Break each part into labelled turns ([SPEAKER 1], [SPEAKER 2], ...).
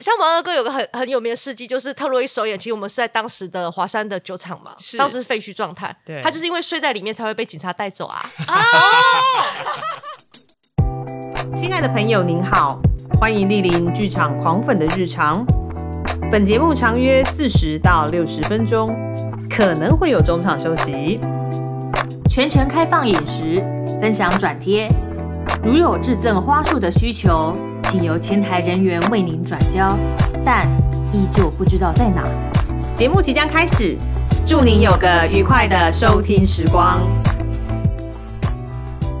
[SPEAKER 1] 像毛二哥有个很很有名的事迹，就是特洛伊首演，其实我们是在当时的华山的酒厂嘛，
[SPEAKER 2] 是
[SPEAKER 1] 当时是废墟状态
[SPEAKER 2] 对，
[SPEAKER 1] 他就是因为睡在里面才会被警察带走 啊。
[SPEAKER 3] 亲爱的朋友，您好，欢迎莅临剧场狂粉的日常。本节目长约四十到六十分钟，可能会有中场休息。
[SPEAKER 4] 全程开放饮食，分享转贴。如有致赠花束的需求，请由前台人员为您转交，但依旧不知道在哪。
[SPEAKER 3] 节目即将开始，祝您有个愉快的收听时光。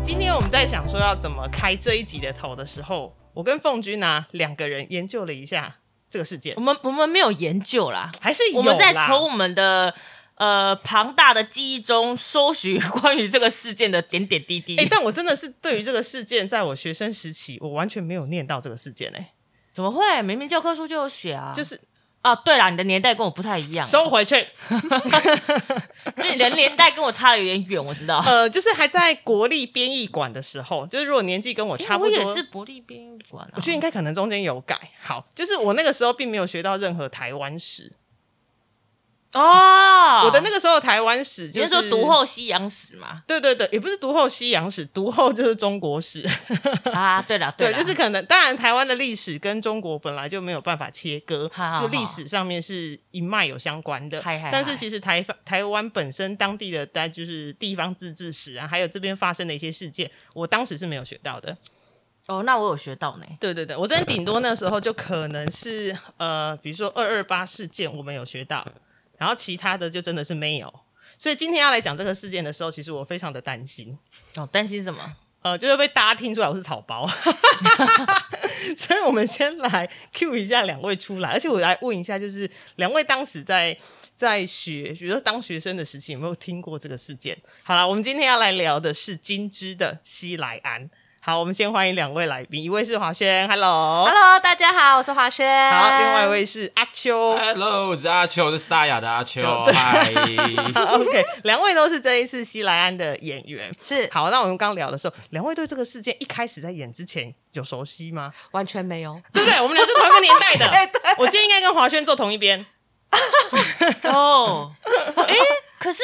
[SPEAKER 2] 今天我们在想说要怎么开这一集的头的时候，我跟凤君呢两个人研究了一下这个事件
[SPEAKER 5] 我，们我们没有研究啦，
[SPEAKER 2] 还是有
[SPEAKER 5] 我们在
[SPEAKER 2] 啦
[SPEAKER 5] 从我们的呃庞大的记忆中搜寻关于这个事件的点点滴滴。
[SPEAKER 2] 哎、但我真的是对于这个事件，在我学生时期，我完全没有念到这个事件哎、
[SPEAKER 5] 怎么会？明明教科书就有写啊。
[SPEAKER 2] 就是
[SPEAKER 5] 啊，对啦，你的年代跟我不太一样，
[SPEAKER 2] 收回 去。
[SPEAKER 5] 就你的年代跟我差的有点远，我知道。
[SPEAKER 2] 呃，就是还在国立编译馆的时候，就是如果年纪跟我
[SPEAKER 5] 诶
[SPEAKER 2] 差不
[SPEAKER 5] 哎我
[SPEAKER 2] 多，
[SPEAKER 5] 也是伯利殡仪馆啊。
[SPEAKER 2] 我觉得应该可能中间有改。好，就是我那个时候并没有学到任何台湾史，
[SPEAKER 5] 哦，
[SPEAKER 2] 我的那个时候的台湾史
[SPEAKER 5] 你
[SPEAKER 2] 就是是
[SPEAKER 5] 说读后西洋 史嘛？
[SPEAKER 2] 对对对，也不是读后西洋史，读后就是中国史。
[SPEAKER 5] 啊， 对了
[SPEAKER 2] 对，
[SPEAKER 5] 了，
[SPEAKER 2] 就是可能，当然台湾的历史跟中国本来就没有办法切割，
[SPEAKER 5] 好好
[SPEAKER 2] 就
[SPEAKER 5] 好
[SPEAKER 2] 历史上面是一脉有相关的。
[SPEAKER 5] 嗨嗨
[SPEAKER 2] 但是
[SPEAKER 5] 嗨
[SPEAKER 2] 其实台台湾本身当地的，大就是地方自治史啊，还有这边发生的一些事件，我当时是没有学到的。
[SPEAKER 5] 哦，那我有学到呢。
[SPEAKER 2] 对对对，我真的顶多那时候就可能是呃，比如说二二八事件我们有学到，然后其他的就真的是没有。所以今天要来讲这个事件的时候，其实我非常的担心。
[SPEAKER 5] 哦，担心什么？
[SPEAKER 2] 呃，就是被大家听出来我是草包， 所以我们先来 Q 一下两位出来，而且我来问一下，就是两位当时在在学，比如说当学生的时期，有没有听过这个事件？好了，我们今天要来聊的是金枝的西莱安。好，我们先欢迎两位来宾，一位是华轩，Hello，,
[SPEAKER 1] Hello，大家好，我是华轩。
[SPEAKER 2] 好，另外一位是阿秋。
[SPEAKER 6] Hello，我是阿秋，我是沙哑的阿秋，
[SPEAKER 2] 秋
[SPEAKER 6] 嗨，
[SPEAKER 2] OK，两位都是这一次西莱安的演员。
[SPEAKER 1] 是
[SPEAKER 2] 好，那我们刚聊的时候，两位对这个事件一开始在演之前有熟悉吗？
[SPEAKER 1] 完全没有，
[SPEAKER 2] 对不对？我们俩是同一个年代
[SPEAKER 5] 哎
[SPEAKER 2] 的。我今天应该跟华轩坐同一边。
[SPEAKER 5] 哦，哎，可是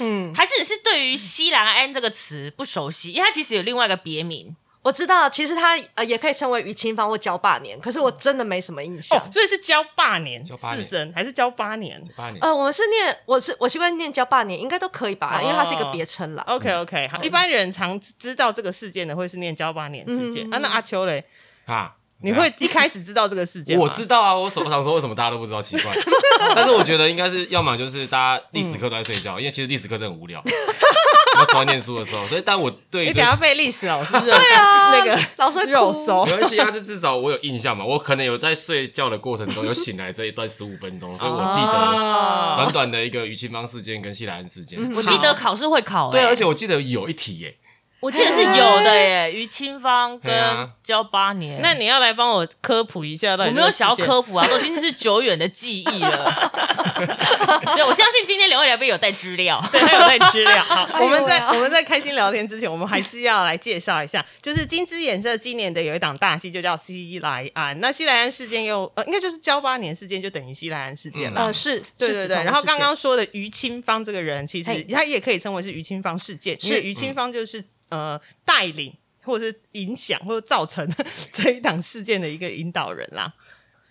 [SPEAKER 2] 嗯，
[SPEAKER 5] 还是你是对于“西兰安”这个词不熟悉，因为它其实有另外一个别名。
[SPEAKER 1] 我知道，其实他呃也可以称为于清芳或交霸年，可是我真的没什么印象。
[SPEAKER 2] 哦，所以是交八年，
[SPEAKER 6] 交八
[SPEAKER 2] 四
[SPEAKER 6] 年嗯
[SPEAKER 2] 声还是交八年
[SPEAKER 6] 八年，
[SPEAKER 1] 呃，我们是念，我是我习惯念交霸年，应该都可以吧，
[SPEAKER 2] 哦
[SPEAKER 1] 因为它是一个别称啦。
[SPEAKER 2] ？OK OK，好，一
[SPEAKER 6] 嗯
[SPEAKER 2] 般人常知道这个事件的会是念交八年事
[SPEAKER 5] 嗯
[SPEAKER 2] 件、啊。那阿秋嘞，
[SPEAKER 6] 啊，
[SPEAKER 2] 你会一开始知道这个事件吗？
[SPEAKER 6] 我知道啊，我手想说为什么大家都不知道，奇 怪。但是我觉得应该是要么就是大家历史课都在睡觉，
[SPEAKER 2] 嗯
[SPEAKER 6] 因为其实历史课真的很无聊。那时候念书的时候，所以但我 对
[SPEAKER 2] 你
[SPEAKER 6] 这
[SPEAKER 2] 等下
[SPEAKER 6] 个
[SPEAKER 2] 被历史老师认
[SPEAKER 5] 啊
[SPEAKER 2] 那个
[SPEAKER 1] 老师会哭
[SPEAKER 2] 肉搜
[SPEAKER 6] 没。关系啊，这至少我有印象嘛，我可能有在睡觉的过程中有醒来这一段十五 分钟，所以我记得
[SPEAKER 1] 啊
[SPEAKER 2] 哦
[SPEAKER 6] 短短的一个于清芳事件跟西兰事件。
[SPEAKER 5] 我记得考试会考、欸，
[SPEAKER 6] 对，而且我记得有一题耶，
[SPEAKER 5] 我记得是有的耶。于清芳
[SPEAKER 6] 嘿
[SPEAKER 5] 跟
[SPEAKER 6] 啊
[SPEAKER 5] 交八年，
[SPEAKER 2] 那你要来帮我科普一下到底这
[SPEAKER 5] 我没
[SPEAKER 2] 个
[SPEAKER 5] 有
[SPEAKER 2] 事件，
[SPEAKER 5] 想要科普啊，都已经是久远的记忆了。 对，我相信今天两位来宾有带资料。
[SPEAKER 2] 对，他有在资料。好，
[SPEAKER 1] 呦
[SPEAKER 2] 我们在
[SPEAKER 1] 喂
[SPEAKER 2] 我们在开心聊天之前，我们还是要来介绍一下，就是金枝演社今年的有一档大戏，就叫《西莱安》。那西莱安事件又呃，应该就是交八年事件，就等于西莱安事件了。
[SPEAKER 1] 呃，是，
[SPEAKER 2] 对
[SPEAKER 1] 是
[SPEAKER 2] 对
[SPEAKER 1] 指
[SPEAKER 2] 对，
[SPEAKER 1] 同
[SPEAKER 2] 然后
[SPEAKER 1] 事
[SPEAKER 2] 刚
[SPEAKER 1] 件
[SPEAKER 2] 刚说的于清芳这个人，其实
[SPEAKER 1] 嘿
[SPEAKER 2] 他也可以称为是于清芳事件，因为于清芳就是、呃带领或者是影响或者造成这一档事件的一个引导人啦。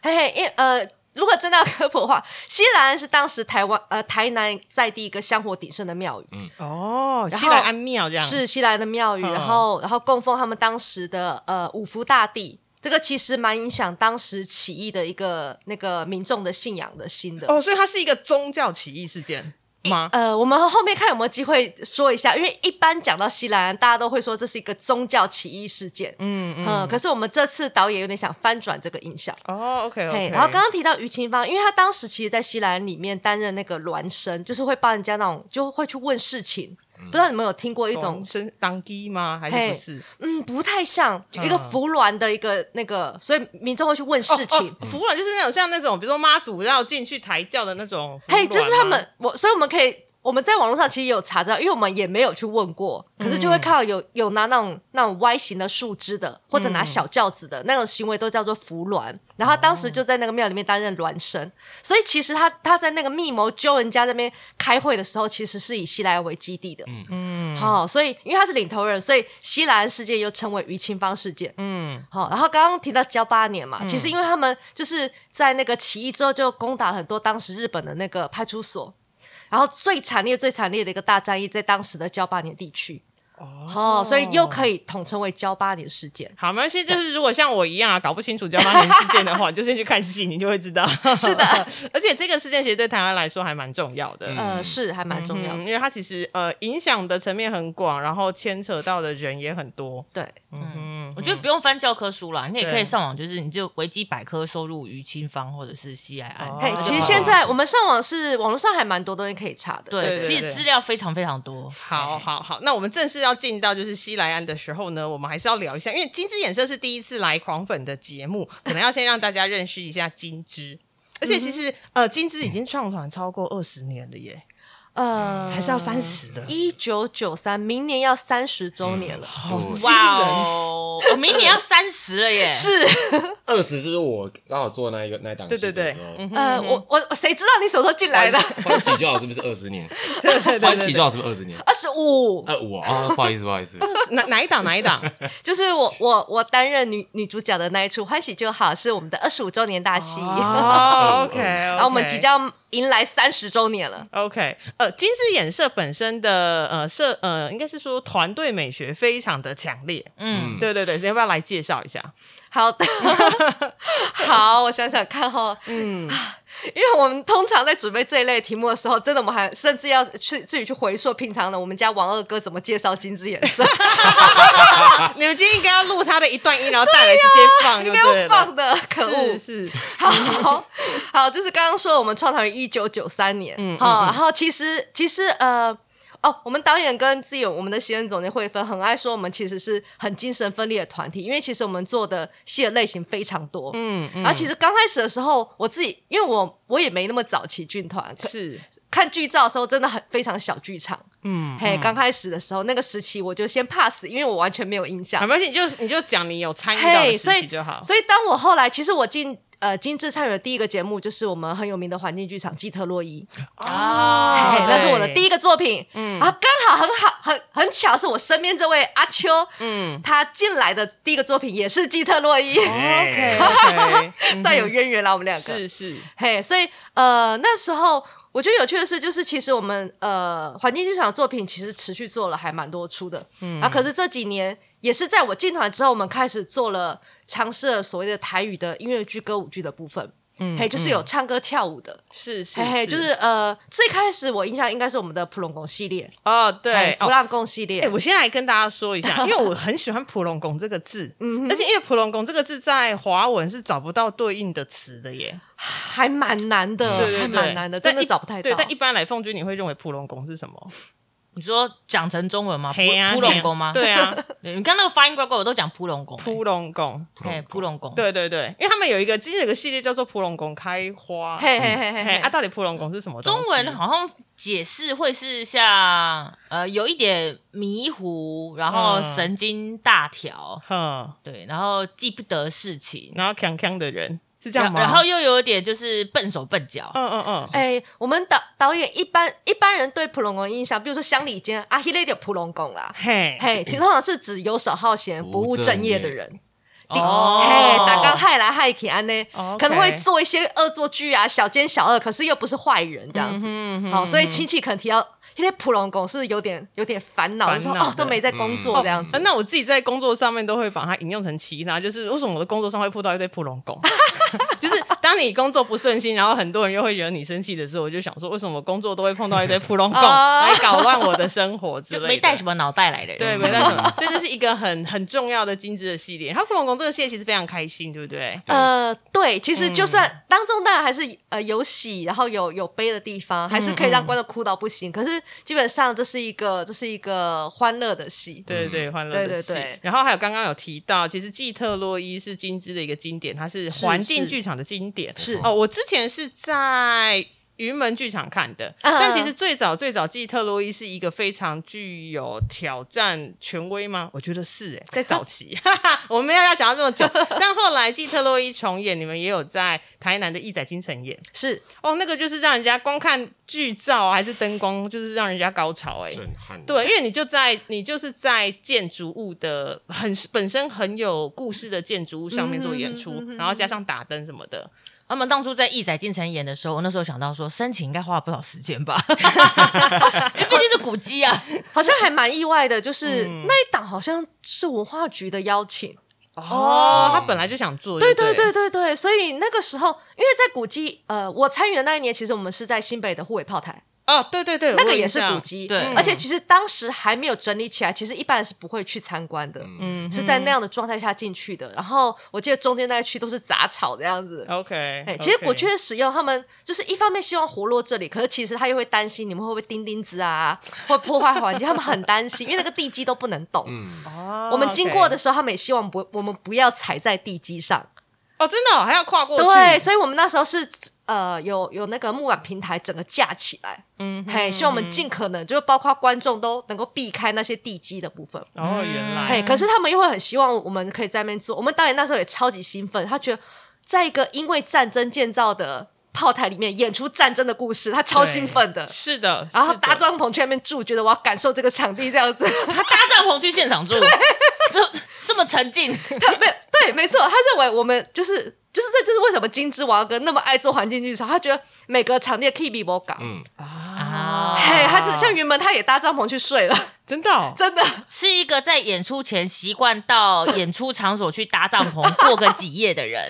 [SPEAKER 1] 嘿嘿，因呃，如果真的要科普的话，西兰是当时台湾呃台南在地一个香火鼎盛的庙宇，
[SPEAKER 2] 哦，
[SPEAKER 1] 然
[SPEAKER 2] 西
[SPEAKER 1] 后
[SPEAKER 2] 莱安庙这样
[SPEAKER 1] 是西兰的庙宇，
[SPEAKER 2] 嗯
[SPEAKER 1] 然后然后供奉他们当时的呃五福大帝。这个其实蛮影响当时起义的一个那个民众的信仰的心的。
[SPEAKER 2] 哦，所以它是一个宗教起义事件 吗？
[SPEAKER 1] 呃，我们后面看有没有机会说一下，因为一般讲到西兰，大家都会说这是一个宗教起义事件。
[SPEAKER 2] 嗯嗯。
[SPEAKER 1] 嗯，可是我们这次导演有点想翻转这个印象。
[SPEAKER 2] 哦，OK OK。
[SPEAKER 1] 嘿，然后刚刚提到于清芳，因为她当时其实，在西兰里面担任那个孪生，就是会帮人家那种，就会去问事情。
[SPEAKER 2] 嗯
[SPEAKER 1] 不知道你们有听过一种，
[SPEAKER 2] 生当机吗？还是
[SPEAKER 1] 哦嘿
[SPEAKER 2] 不是
[SPEAKER 1] 嗯，不太像就一个
[SPEAKER 2] 嗯
[SPEAKER 1] 服峦的一个那个，所以民众会去问事情
[SPEAKER 2] 哦。哦服软就是那种像那种，比如说妈祖要进去抬轿的那种服软啊。
[SPEAKER 1] 嘿，就是他们，我，所以我们可以。我们在网络上其实也有查到，因为我们也没有去问过，可是
[SPEAKER 2] 嗯
[SPEAKER 1] 就会看到有有拿那种那种 Y 型的树枝的，或
[SPEAKER 2] 嗯
[SPEAKER 1] 者拿小轿子的、那种行为，都叫做扶鸾。然后他当
[SPEAKER 2] 哦
[SPEAKER 1] 时就在那个庙里面担任鸾神，所以其实他他在那个密谋揪人家那边开会的时候，其实是以西莱为基地的。
[SPEAKER 6] 嗯
[SPEAKER 1] 嗯，好、所以因为他是领头人，所以西兰事件又称为于清芳事件。
[SPEAKER 2] 嗯，
[SPEAKER 1] 好、然后刚刚提到交八年嘛，其实因为他们就是在那个起义之后，就攻打了很多当时日本的那个派出所，然后最惨烈、最惨烈的一个大战役在当时的交八年地区。哦，所以又可以统称为交八年事件。
[SPEAKER 2] 好，没关系。就是如果像我一样啊，搞不清楚交八年事件的 话，你就先去看戏，你就会知道。
[SPEAKER 1] 是的，
[SPEAKER 2] 而且这个事件其实对台湾来说还蛮重要的。
[SPEAKER 6] 嗯
[SPEAKER 1] 呃，是还蛮重要的。
[SPEAKER 2] 嗯，因为它其实呃影响的层面很广，然后牵扯到的人也很多。
[SPEAKER 1] 对，
[SPEAKER 2] 嗯，
[SPEAKER 5] 我觉得不用翻教科书啦，你也
[SPEAKER 2] 对
[SPEAKER 5] 可以上网，就是你就维基百科收入于清芳或者是西海岸
[SPEAKER 2] 哦。
[SPEAKER 1] 嘿，其实现在我们上网是网络上还蛮多东西可以查的。
[SPEAKER 5] 对，
[SPEAKER 2] 对对
[SPEAKER 5] 其
[SPEAKER 2] 对
[SPEAKER 5] 实资料非常非常多。
[SPEAKER 2] 好好好，那我们正式要进到就是西莱安的时候呢，我们还是要聊一下，因为金枝演社是第一次来狂粉的节目，可能要先让大家认识一下金枝。而且其实呃，金枝已经创团超过二十年了耶，
[SPEAKER 1] 呃，
[SPEAKER 2] 嗯还是要三。十了。
[SPEAKER 1] 一九九三，明年要三十周年
[SPEAKER 2] 嗯
[SPEAKER 1] 了。
[SPEAKER 6] 对
[SPEAKER 5] 哇哦，我明年要三十了耶！
[SPEAKER 1] 是，
[SPEAKER 6] 二十是不是我刚好做那一个那一档戏
[SPEAKER 2] 对
[SPEAKER 6] 的
[SPEAKER 2] 对
[SPEAKER 6] 时候？
[SPEAKER 2] 对，嗯哎
[SPEAKER 1] 呃，
[SPEAKER 2] 哼，
[SPEAKER 1] 我我我谁知道你什么时候进来的？
[SPEAKER 6] 欢喜教是不是二十年？
[SPEAKER 2] 对对对
[SPEAKER 6] 欢
[SPEAKER 2] 对
[SPEAKER 6] 喜
[SPEAKER 2] 对。
[SPEAKER 6] 教是不是二十年？
[SPEAKER 1] 二十五，
[SPEAKER 6] 呃，我啊，不好意思，不好意思，
[SPEAKER 2] 哪哪一档哪一档？
[SPEAKER 1] 就是我我我担任女女主角的那一出《欢喜就好》是我们的二十五周年大戏，
[SPEAKER 2] 哦 ，OK，
[SPEAKER 1] 然后我们即将迎来三十周年了。
[SPEAKER 2] OK，呃，金枝演社本身的呃社呃，应该是说团队美学非常的强烈。
[SPEAKER 5] 嗯，
[SPEAKER 2] 对对对，要不要来介绍一下？
[SPEAKER 1] 好 的，好，我想想看哈、
[SPEAKER 2] 嗯，
[SPEAKER 1] 因为我们通常在准备这一类题目的时候，真的我们还甚至要去自己去回溯平常的我们家王二哥怎么介绍金枝演社，啊
[SPEAKER 2] 你们今天应该要录他的一段音，然后带来直接放 就
[SPEAKER 1] 没有
[SPEAKER 2] 对
[SPEAKER 1] 放
[SPEAKER 2] 了。
[SPEAKER 1] 的，可恶！
[SPEAKER 2] 是是，
[SPEAKER 1] 好好，就是刚刚说我们创团于一九九三年，
[SPEAKER 2] 嗯
[SPEAKER 1] 好、
[SPEAKER 2] 嗯嗯
[SPEAKER 1] 然后其实其实呃。哦，我们导演跟自由，我们的行政总监慧芬很爱说，我们其实是很精神分裂的团体，因为其实我们做的戏的类型非常多。
[SPEAKER 2] 嗯嗯
[SPEAKER 1] 然后其实刚开始的时候，我自己因为我我也没那么早期剧团，可
[SPEAKER 2] 是，
[SPEAKER 1] 看剧照的时候真的很非常小剧场。
[SPEAKER 2] 嗯，
[SPEAKER 1] 嘿，刚开始的时候那个时期我就先 pass，因为我完全没有印象
[SPEAKER 2] 啊没。关系，你就你就讲你有参与到
[SPEAKER 1] 嘿，
[SPEAKER 2] 的
[SPEAKER 1] 所
[SPEAKER 2] 事
[SPEAKER 1] 以
[SPEAKER 2] 情就好。
[SPEAKER 1] 所以当我后来，其实我进呃金智参与的第一个节目，就是我们很有名的环境剧场《基特洛伊》
[SPEAKER 2] 啊
[SPEAKER 1] 嘿那是我的第
[SPEAKER 2] 一，
[SPEAKER 1] 一个作品。
[SPEAKER 2] 嗯
[SPEAKER 1] 啊，刚好很好，很很巧，是我身边这位阿秋，
[SPEAKER 2] 嗯哦
[SPEAKER 1] 他进来的第一个作品也是《基特洛伊》
[SPEAKER 2] ，OK OK，
[SPEAKER 1] 算有渊源啦，我们两个。
[SPEAKER 2] 是是，
[SPEAKER 1] 嘿，所以呃那时候我觉得有趣的是，就是其实我们呃环境剧场的作品其实持续做了还蛮多出的，嗯，啊，可是这几年也是在我进团之后，我们开始做了尝试了所谓的台语的音乐剧、歌舞剧的部分。
[SPEAKER 2] 嗯
[SPEAKER 1] 嘿，就是有唱歌跳舞的，
[SPEAKER 2] 是是
[SPEAKER 1] 嘿嘿，就是呃，最开始我印象应该是我们的普龙宫系列，
[SPEAKER 2] 哦，对
[SPEAKER 1] 嘿，
[SPEAKER 2] 哦
[SPEAKER 1] 弗朗贡系列，
[SPEAKER 2] 哎、我先来跟大家说一下，因为我很喜欢“普龙宫”这 个字，
[SPEAKER 1] 嗯
[SPEAKER 2] 而且因为“普龙宫”这个字在华文是找不到对应的词的耶，
[SPEAKER 1] 还蛮难的，
[SPEAKER 2] 对对
[SPEAKER 1] 还
[SPEAKER 2] 对，
[SPEAKER 1] 蛮难的，
[SPEAKER 2] 但
[SPEAKER 1] 真的
[SPEAKER 2] 一
[SPEAKER 1] 找不太到。
[SPEAKER 2] 对，但一般来，凤君你会认为“普龙宫”是什么？
[SPEAKER 5] 你说讲成中文吗？
[SPEAKER 2] 嘿啊
[SPEAKER 5] 扑扑龙宫吗？
[SPEAKER 2] 对啊，
[SPEAKER 5] 对，你刚那个发音怪怪，我都讲扑龙宫。
[SPEAKER 2] 普龙宫，
[SPEAKER 5] 哎，扑龙宫。
[SPEAKER 2] 对对对，因为他们有一个，今天有个系列叫做“普龙宫开花”，嘿，
[SPEAKER 1] 嘿嘿嘿嘿嘿，
[SPEAKER 2] 啊，到底“普龙宫”是什么东
[SPEAKER 5] 中
[SPEAKER 2] 西？
[SPEAKER 5] 文好像解释会是像呃有一点迷糊，然后
[SPEAKER 2] 嗯
[SPEAKER 5] 神经大条，
[SPEAKER 2] 哼，
[SPEAKER 5] 对，然后记不得事情，
[SPEAKER 2] 然后锵锵的人是这样
[SPEAKER 5] 然
[SPEAKER 2] 吗？
[SPEAKER 5] 然后，又有点就是笨手笨脚，
[SPEAKER 2] 嗯嗯嗯，
[SPEAKER 1] 哎、我们导导演一般一般人对普龙宫的印象，比如说乡里间啊，迄类的普龙宫啦，
[SPEAKER 2] 嘿，
[SPEAKER 1] 嘿， 通常是指游手好闲、不
[SPEAKER 6] 不
[SPEAKER 1] 务
[SPEAKER 6] 务
[SPEAKER 1] 正
[SPEAKER 6] 正
[SPEAKER 1] 业
[SPEAKER 6] 业
[SPEAKER 1] 的人。
[SPEAKER 5] 哦
[SPEAKER 1] 嘿，打刚害来害去安呢，
[SPEAKER 2] 哦，OK
[SPEAKER 1] 可能会做一些恶作剧啊，小奸小恶，可是又不是坏人这样子。
[SPEAKER 2] 嗯哼
[SPEAKER 1] 好，所以亲戚可能提到，因为普龙宫是有点有点烦恼，
[SPEAKER 2] 烦
[SPEAKER 1] 说
[SPEAKER 2] 恼
[SPEAKER 1] 哦
[SPEAKER 2] 的
[SPEAKER 1] 都没在工作
[SPEAKER 2] 哦
[SPEAKER 1] 这样子。
[SPEAKER 2] 啊那我自己在工作上面都会把它引用成其他，就是为什么我的工作上会碰到一堆普龙 工？就是当你工作不顺心，然后很多人又会惹你生气的时候，我就想说，为什么我工作都会碰到一堆普龙工
[SPEAKER 1] 哦
[SPEAKER 2] 来搞乱我的生活之
[SPEAKER 5] 就
[SPEAKER 2] 类的？
[SPEAKER 5] 没带什么脑袋来的人。
[SPEAKER 2] 对，没带什么，所以这是一个很很重要的精致的系列。它普龙工这个系列其实非常开心，对不对？
[SPEAKER 1] 呃，对，其实就
[SPEAKER 2] 嗯
[SPEAKER 1] 算当中当然还是呃有喜，然后有有悲的地
[SPEAKER 2] 嗯
[SPEAKER 1] 方，还是可以让观众哭到不行。可是基本上这是一个这是一个欢乐的戏，
[SPEAKER 2] 对对对，欢乐的
[SPEAKER 1] 对对
[SPEAKER 2] 戏
[SPEAKER 1] 对
[SPEAKER 2] 然后还有刚刚有提到，其实《季特洛伊》是金枝的一个经典，它是环境剧场的经典。
[SPEAKER 1] 是
[SPEAKER 2] 哦，我之前是在云门剧场看的。
[SPEAKER 1] 嗯
[SPEAKER 2] 但其实最早最早记特洛伊是一个非常具有挑战权威吗？我觉得是、 欸，在早期， 我们要要讲到这么久，但后来记特洛伊重演，你们也有在台南的义载金城演
[SPEAKER 1] 是
[SPEAKER 2] 哦，那个就是让人家光看剧照啊还是灯光，就是让人家高潮哎、欸
[SPEAKER 6] 震撼。
[SPEAKER 2] 对，因为你就在你就是在建筑物的很本身很有故事的建筑物上面做演
[SPEAKER 1] 嗯
[SPEAKER 2] 出，然后加上打灯什么的，
[SPEAKER 5] 他们当初在义载进城演的时候，我那时候想到说，申请应该花了不少时间吧，因为毕竟是古迹啊。
[SPEAKER 1] 好像还蛮意外的，就是、
[SPEAKER 2] 嗯
[SPEAKER 1] 那一档好像是文化局的邀请，
[SPEAKER 2] 哦，他本来就想做，
[SPEAKER 1] 对
[SPEAKER 2] 对
[SPEAKER 1] 对对对对，所以那个时候，因为在古迹，呃，我参与的那一年，其实我们是在新北的护卫炮台，
[SPEAKER 2] 哦，对对对，
[SPEAKER 1] 那个
[SPEAKER 2] 我有
[SPEAKER 1] 也
[SPEAKER 2] 印
[SPEAKER 1] 是
[SPEAKER 2] 象
[SPEAKER 1] 古，迹，
[SPEAKER 5] 对
[SPEAKER 1] 而且其实当时还没有整理起来，其实一般人是不会去参观的，
[SPEAKER 2] 嗯
[SPEAKER 1] 是在那样的状态下进去的。然后我记得中间那一区都是杂草这样子。
[SPEAKER 2] 哦 OK，
[SPEAKER 1] 哎，其实我
[SPEAKER 2] 觉得
[SPEAKER 1] 确实使用他们，就是一方面希望活络这里，可是其实他又会担心你们会不会钉钉子啊，会破坏环境，他们很担心，因为那个地基都不能动。
[SPEAKER 6] 嗯，
[SPEAKER 2] 哦
[SPEAKER 1] 我们经过的时候，他们也希望不，我们不要踩在地基上。
[SPEAKER 2] 哦，真的哦还要跨过去，
[SPEAKER 1] 对，，所以我们那时候是呃有有那个木板平台整个架起来，
[SPEAKER 2] 嗯
[SPEAKER 1] 嘿，希望我们尽可能就是包括观众都能够避开那些地基的部分。
[SPEAKER 2] 哦，原来
[SPEAKER 1] 嗯嘿，可是他们又会很希望我们可以在那边做。我们导演那时候也超级兴奋，他觉得在一个因为战争建造的炮台里面演出战争的故事，他超兴奋的。
[SPEAKER 2] 是的，
[SPEAKER 1] 然后
[SPEAKER 2] 是的
[SPEAKER 1] 搭帐篷去那边住，觉得我要感受这个场地这样子。
[SPEAKER 5] 他搭帐篷去现场住，这这么沉浸，
[SPEAKER 1] 他没有对，没错，他认为我们就是就是这就是为什么金枝王哥那么爱做环境剧场，他觉得每个场地的 key 比我高。
[SPEAKER 6] 嗯，
[SPEAKER 5] 啊
[SPEAKER 1] 嘿，他就像云门，他也搭帐篷去睡了，
[SPEAKER 2] 真的哦，
[SPEAKER 1] 真的。
[SPEAKER 5] 是一个在演出前习惯到演出场所去搭帐篷过个几夜的人。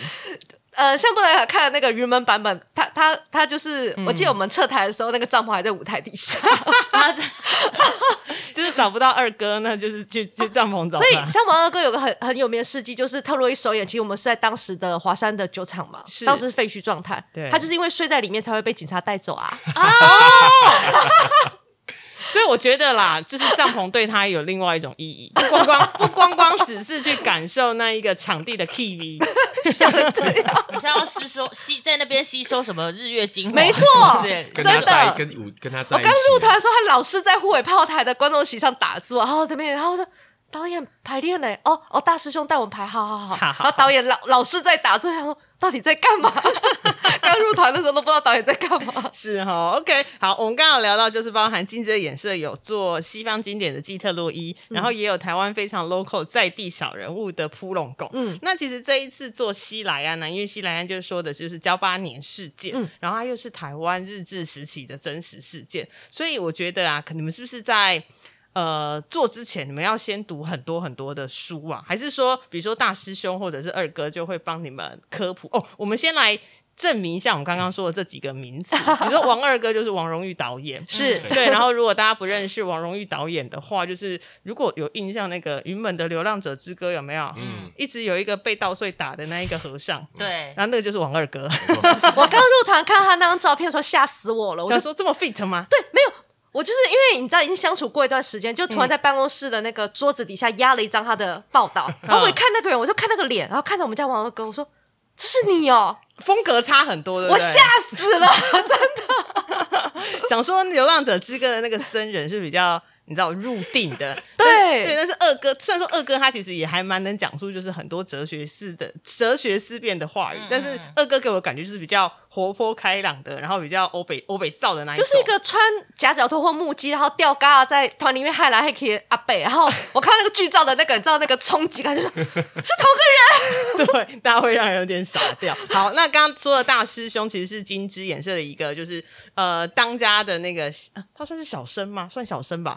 [SPEAKER 1] 呃，像布莱尔看的那个云门版本，他他他就是，我记得我们撤台的时候，那个帐篷还在舞台底下，
[SPEAKER 5] 他
[SPEAKER 2] 就是找不到二哥，那就是去去帐篷找
[SPEAKER 1] 所以
[SPEAKER 2] 他。
[SPEAKER 1] 像王二哥有个很很有名的事迹，就是特洛伊首演，其实我们是在当时的华山的酒厂嘛
[SPEAKER 2] 是，
[SPEAKER 1] 当时是废墟状态
[SPEAKER 2] 对，
[SPEAKER 1] 他就是因为睡在里面才会被警察带走啊。
[SPEAKER 2] 所以我觉得啦，就是帐篷对他有另外一种意义，不光光不光光只是去感受那一个场地的 k v
[SPEAKER 5] 你是要吸收吸在那边吸收什么日月精华？
[SPEAKER 1] 没错
[SPEAKER 5] 是不是
[SPEAKER 1] 真
[SPEAKER 6] 跟他
[SPEAKER 1] 的
[SPEAKER 6] 在跟舞跟他在
[SPEAKER 1] 我
[SPEAKER 6] 一起，
[SPEAKER 1] 刚入团的时候，他老是在护尾炮台的观众席上打坐，然后这边，然后我说导演排练嘞，哦哦，大师兄带我们排，好好好，
[SPEAKER 2] 好好
[SPEAKER 1] 然后导演老老是在打坐，想说到底在干嘛？刚入团的时候都不知道导演在干嘛。
[SPEAKER 2] 是哈，OK，好，我们刚好聊到就是包含金枝的演社有做西方经典的基特洛伊，
[SPEAKER 1] 嗯
[SPEAKER 2] 然后也有台湾非常 local 在地小人物的扑龙拱。嗯
[SPEAKER 1] 嗯，
[SPEAKER 2] 那其实这一次做西莱安呢，因为西莱安就是说的就是交八年事件，
[SPEAKER 1] 嗯
[SPEAKER 2] 然后它又是台湾日治时期的真实事件，所以我觉得啊，可你们是不是在？呃，做之前你们要先读很多很多的书啊，还是说，比如说大师兄或者是二哥就会帮你们科普哦？我们先来证明一下我们刚刚说的这几个名词，比如说王二哥就是王荣玉导演，
[SPEAKER 1] 是
[SPEAKER 6] 对
[SPEAKER 2] 对，然后如果大家不认识王荣玉导演的话，就是如果有印象那个云门的《流浪者之歌》有没有？
[SPEAKER 6] 嗯，
[SPEAKER 2] 一直有一个被稻穗打的那一个和尚，
[SPEAKER 1] 嗯
[SPEAKER 5] 对
[SPEAKER 2] 然后那个就是王二哥。
[SPEAKER 1] 我刚入团看他那张照片的时候，吓死我了，我
[SPEAKER 2] 他
[SPEAKER 1] 就
[SPEAKER 2] 说这么 fit 吗？
[SPEAKER 1] 我就是因为你知道已经相处过一段时间，就
[SPEAKER 2] 嗯
[SPEAKER 1] 突然在办公室的那个桌子底下压了一张他的报道，
[SPEAKER 2] 嗯
[SPEAKER 1] 然后我一看那个人，我就看那个脸，然后看着我们家王二哥，我说这是你哦，
[SPEAKER 2] 风格差很多，对不
[SPEAKER 1] 我
[SPEAKER 2] 对？
[SPEAKER 1] 吓死了。
[SPEAKER 2] 想说《流浪者之歌》的那个僧人是比较。你知道入定的，
[SPEAKER 1] 对
[SPEAKER 2] 但对，但是二哥虽然说二哥他其实也还蛮能讲述，就是很多哲学式的哲学思辨的话语，
[SPEAKER 1] 嗯
[SPEAKER 2] 但是二哥给我感觉就是比较活泼开朗的，然后比较欧北欧北造的那一种，
[SPEAKER 1] 就是一个穿夹脚拖或木屐，然后吊嘎在团里面害来害去的阿北，然后我看到那个剧照的那个，你知道那个冲击感，就是 是同个人。
[SPEAKER 2] 对，大家会让人有点傻掉。好，那刚刚说的大师兄其实是金枝演社的一个，就是呃当家的那个，啊他算是小生吗？算小 生吧。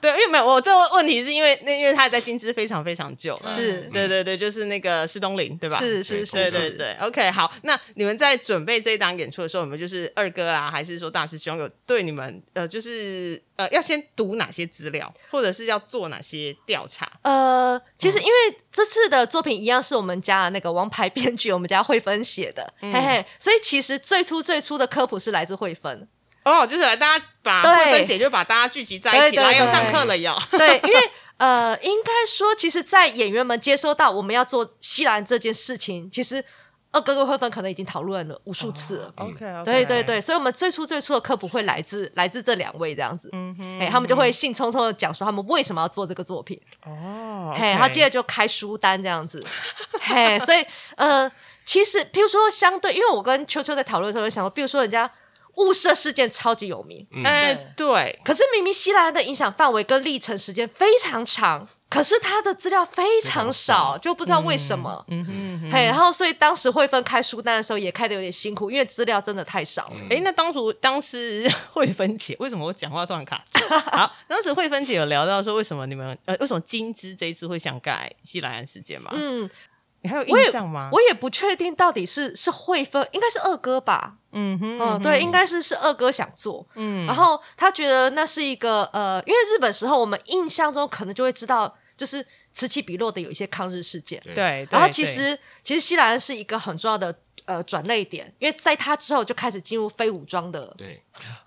[SPEAKER 2] 对，因为没有我这个问题是因为那因为他在金枝非常非常久了。
[SPEAKER 1] 是嗯
[SPEAKER 2] 对对对，就是那个施东林，对吧？
[SPEAKER 1] 是是是，
[SPEAKER 2] 对
[SPEAKER 1] 是
[SPEAKER 2] 对对，OK，好，那你们在准备这一档演出的时候，你们就是二哥啊，还是说大师兄有对你们呃，就是呃，要先读哪些资料，或者是要做哪些调查？
[SPEAKER 1] 呃，其
[SPEAKER 2] 嗯
[SPEAKER 1] 实因为这次的作品一样是我们家的那个王牌编剧，我们家慧芬写的，
[SPEAKER 2] 嗯
[SPEAKER 1] 嘿嘿，所以其实最初最初的科普是来自慧 芬，
[SPEAKER 2] 哦，就是来大家把慧
[SPEAKER 1] 对
[SPEAKER 2] 芬姐就把大家聚集在一
[SPEAKER 1] 对
[SPEAKER 2] 起，
[SPEAKER 1] 对
[SPEAKER 2] 来要
[SPEAKER 1] 对
[SPEAKER 2] 上课了哟。
[SPEAKER 1] 对，因为呃，应该说，其实，在演员们接收到我们要做西兰这件事情，其实二哥跟慧芬可能已经讨论了无数次了。
[SPEAKER 6] 嗯
[SPEAKER 2] 哦 OK，
[SPEAKER 1] 对对，对，所以我们最初最初的科普会来自来自这两位这样子，
[SPEAKER 2] 嗯哼，
[SPEAKER 1] 哎、他们就会兴冲冲的讲说他们为什么要做这个作品，
[SPEAKER 2] 哦，
[SPEAKER 1] 嘿，然后接着就开书单这样子， 嘿，所以呃，其实譬如说相对，因为我跟秋秋在讨论的时候，就想说，比如说人家雾社事件超级有名，
[SPEAKER 6] 嗯
[SPEAKER 2] 哎，对，
[SPEAKER 1] 可是明明希腊的影响范围跟历程时间非常长，可是他的资料非常少，就不知道为什么。
[SPEAKER 2] 嗯哼。
[SPEAKER 1] 嘿，然后所以当时慧芬开书单的时候也开的有点辛苦，因为资料真的太少了。
[SPEAKER 6] 嗯
[SPEAKER 2] 哎、那当初当时 慧芬姐为什么我讲话突 然卡住？好，当时慧芬姐有聊到说，为什么你们呃，为什么金枝这一次会想改西兰安事件嘛？
[SPEAKER 1] 嗯，
[SPEAKER 2] 你还有
[SPEAKER 1] 我
[SPEAKER 2] 印
[SPEAKER 1] 也
[SPEAKER 2] 象吗？
[SPEAKER 1] 我也不确定到底是是慧芬，应该是二哥吧？
[SPEAKER 2] 嗯哼，
[SPEAKER 1] 嗯，对，应该是是二哥想做，
[SPEAKER 2] 嗯
[SPEAKER 1] 然后他觉得那是一个呃，因为日本时候我们印象中可能就会知道，就是此起彼落的有一些抗日事件，
[SPEAKER 6] 对
[SPEAKER 2] 对，
[SPEAKER 1] 然后
[SPEAKER 2] 对
[SPEAKER 1] 其
[SPEAKER 2] 对
[SPEAKER 1] 实其实西兰是一个很重要的呃转类点，因为在他之后就开始进入非武装的，
[SPEAKER 6] 对，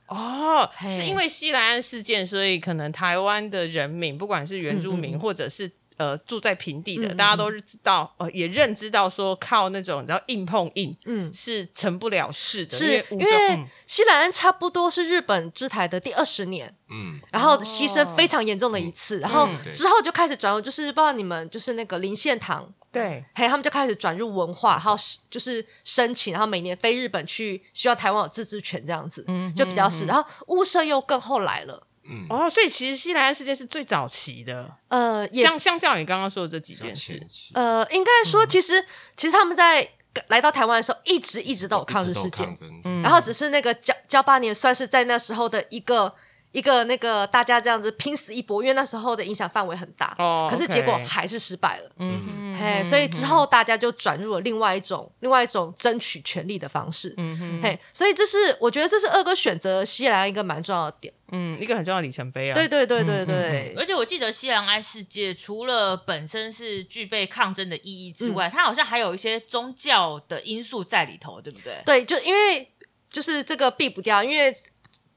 [SPEAKER 2] 哦，
[SPEAKER 1] 嘿
[SPEAKER 2] 是因为西莱安事件，所以可能台湾的人民，不管是原住民或者是。呃，住在平地
[SPEAKER 1] 嗯
[SPEAKER 2] 的，
[SPEAKER 1] 嗯嗯
[SPEAKER 2] 大家都知道，呃，也认知到说靠那种你知道硬碰硬
[SPEAKER 1] 嗯，
[SPEAKER 2] 是成不了事的，
[SPEAKER 1] 是
[SPEAKER 2] 因
[SPEAKER 1] 因
[SPEAKER 2] 为武装
[SPEAKER 1] 为
[SPEAKER 2] 嗯
[SPEAKER 1] 西兰差不多是日本制台的第二十年，
[SPEAKER 6] 嗯，
[SPEAKER 1] 然后牺
[SPEAKER 2] 哦
[SPEAKER 1] 牲非常严重的一次，然后
[SPEAKER 2] 嗯
[SPEAKER 6] 对
[SPEAKER 1] 之后就开始转入，就是不知道你们就是那个林献堂，
[SPEAKER 2] 对
[SPEAKER 1] 嘿，他们就开始转入文化，然后是就是申请，然后每年飞日本去，希望台湾有自治权这样子，
[SPEAKER 2] 嗯
[SPEAKER 1] 就比较是。然后雾社又更后来了，
[SPEAKER 6] 嗯，
[SPEAKER 2] 哦，所以其实西莱安事件是最早期的，
[SPEAKER 1] 呃，也
[SPEAKER 2] 相相较你刚刚说的这几
[SPEAKER 6] 比较
[SPEAKER 2] 件事
[SPEAKER 6] 前，期
[SPEAKER 1] 呃，应该说其实、其实他们在来到台湾的时候，一直一直都有抗日事件，，
[SPEAKER 6] 嗯，
[SPEAKER 1] 然后只是那个交交八年算是在那时候的一个。一个那个大家这样子拼死一搏，因为那时候的影响范围很大，
[SPEAKER 2] 哦
[SPEAKER 1] 可是结果
[SPEAKER 2] OK
[SPEAKER 1] 还是失败了。
[SPEAKER 2] 嗯
[SPEAKER 1] 嘿，所以之后大家就转入了另外一种另外一种争取权利的方式。
[SPEAKER 2] 嗯哼
[SPEAKER 1] 嘿，所以这是我觉得这是二哥选择西兰一个蛮重要的点。
[SPEAKER 2] 嗯，一个很重要的里程碑啊，
[SPEAKER 1] 对对对对对，
[SPEAKER 5] 嗯而且我记得西洋爱世界除了本身是具备抗争的意义
[SPEAKER 6] 嗯
[SPEAKER 5] 之外，它好像还有一些宗教的因素在里头，对不对？
[SPEAKER 1] 对，就因为就是这个避不掉，因为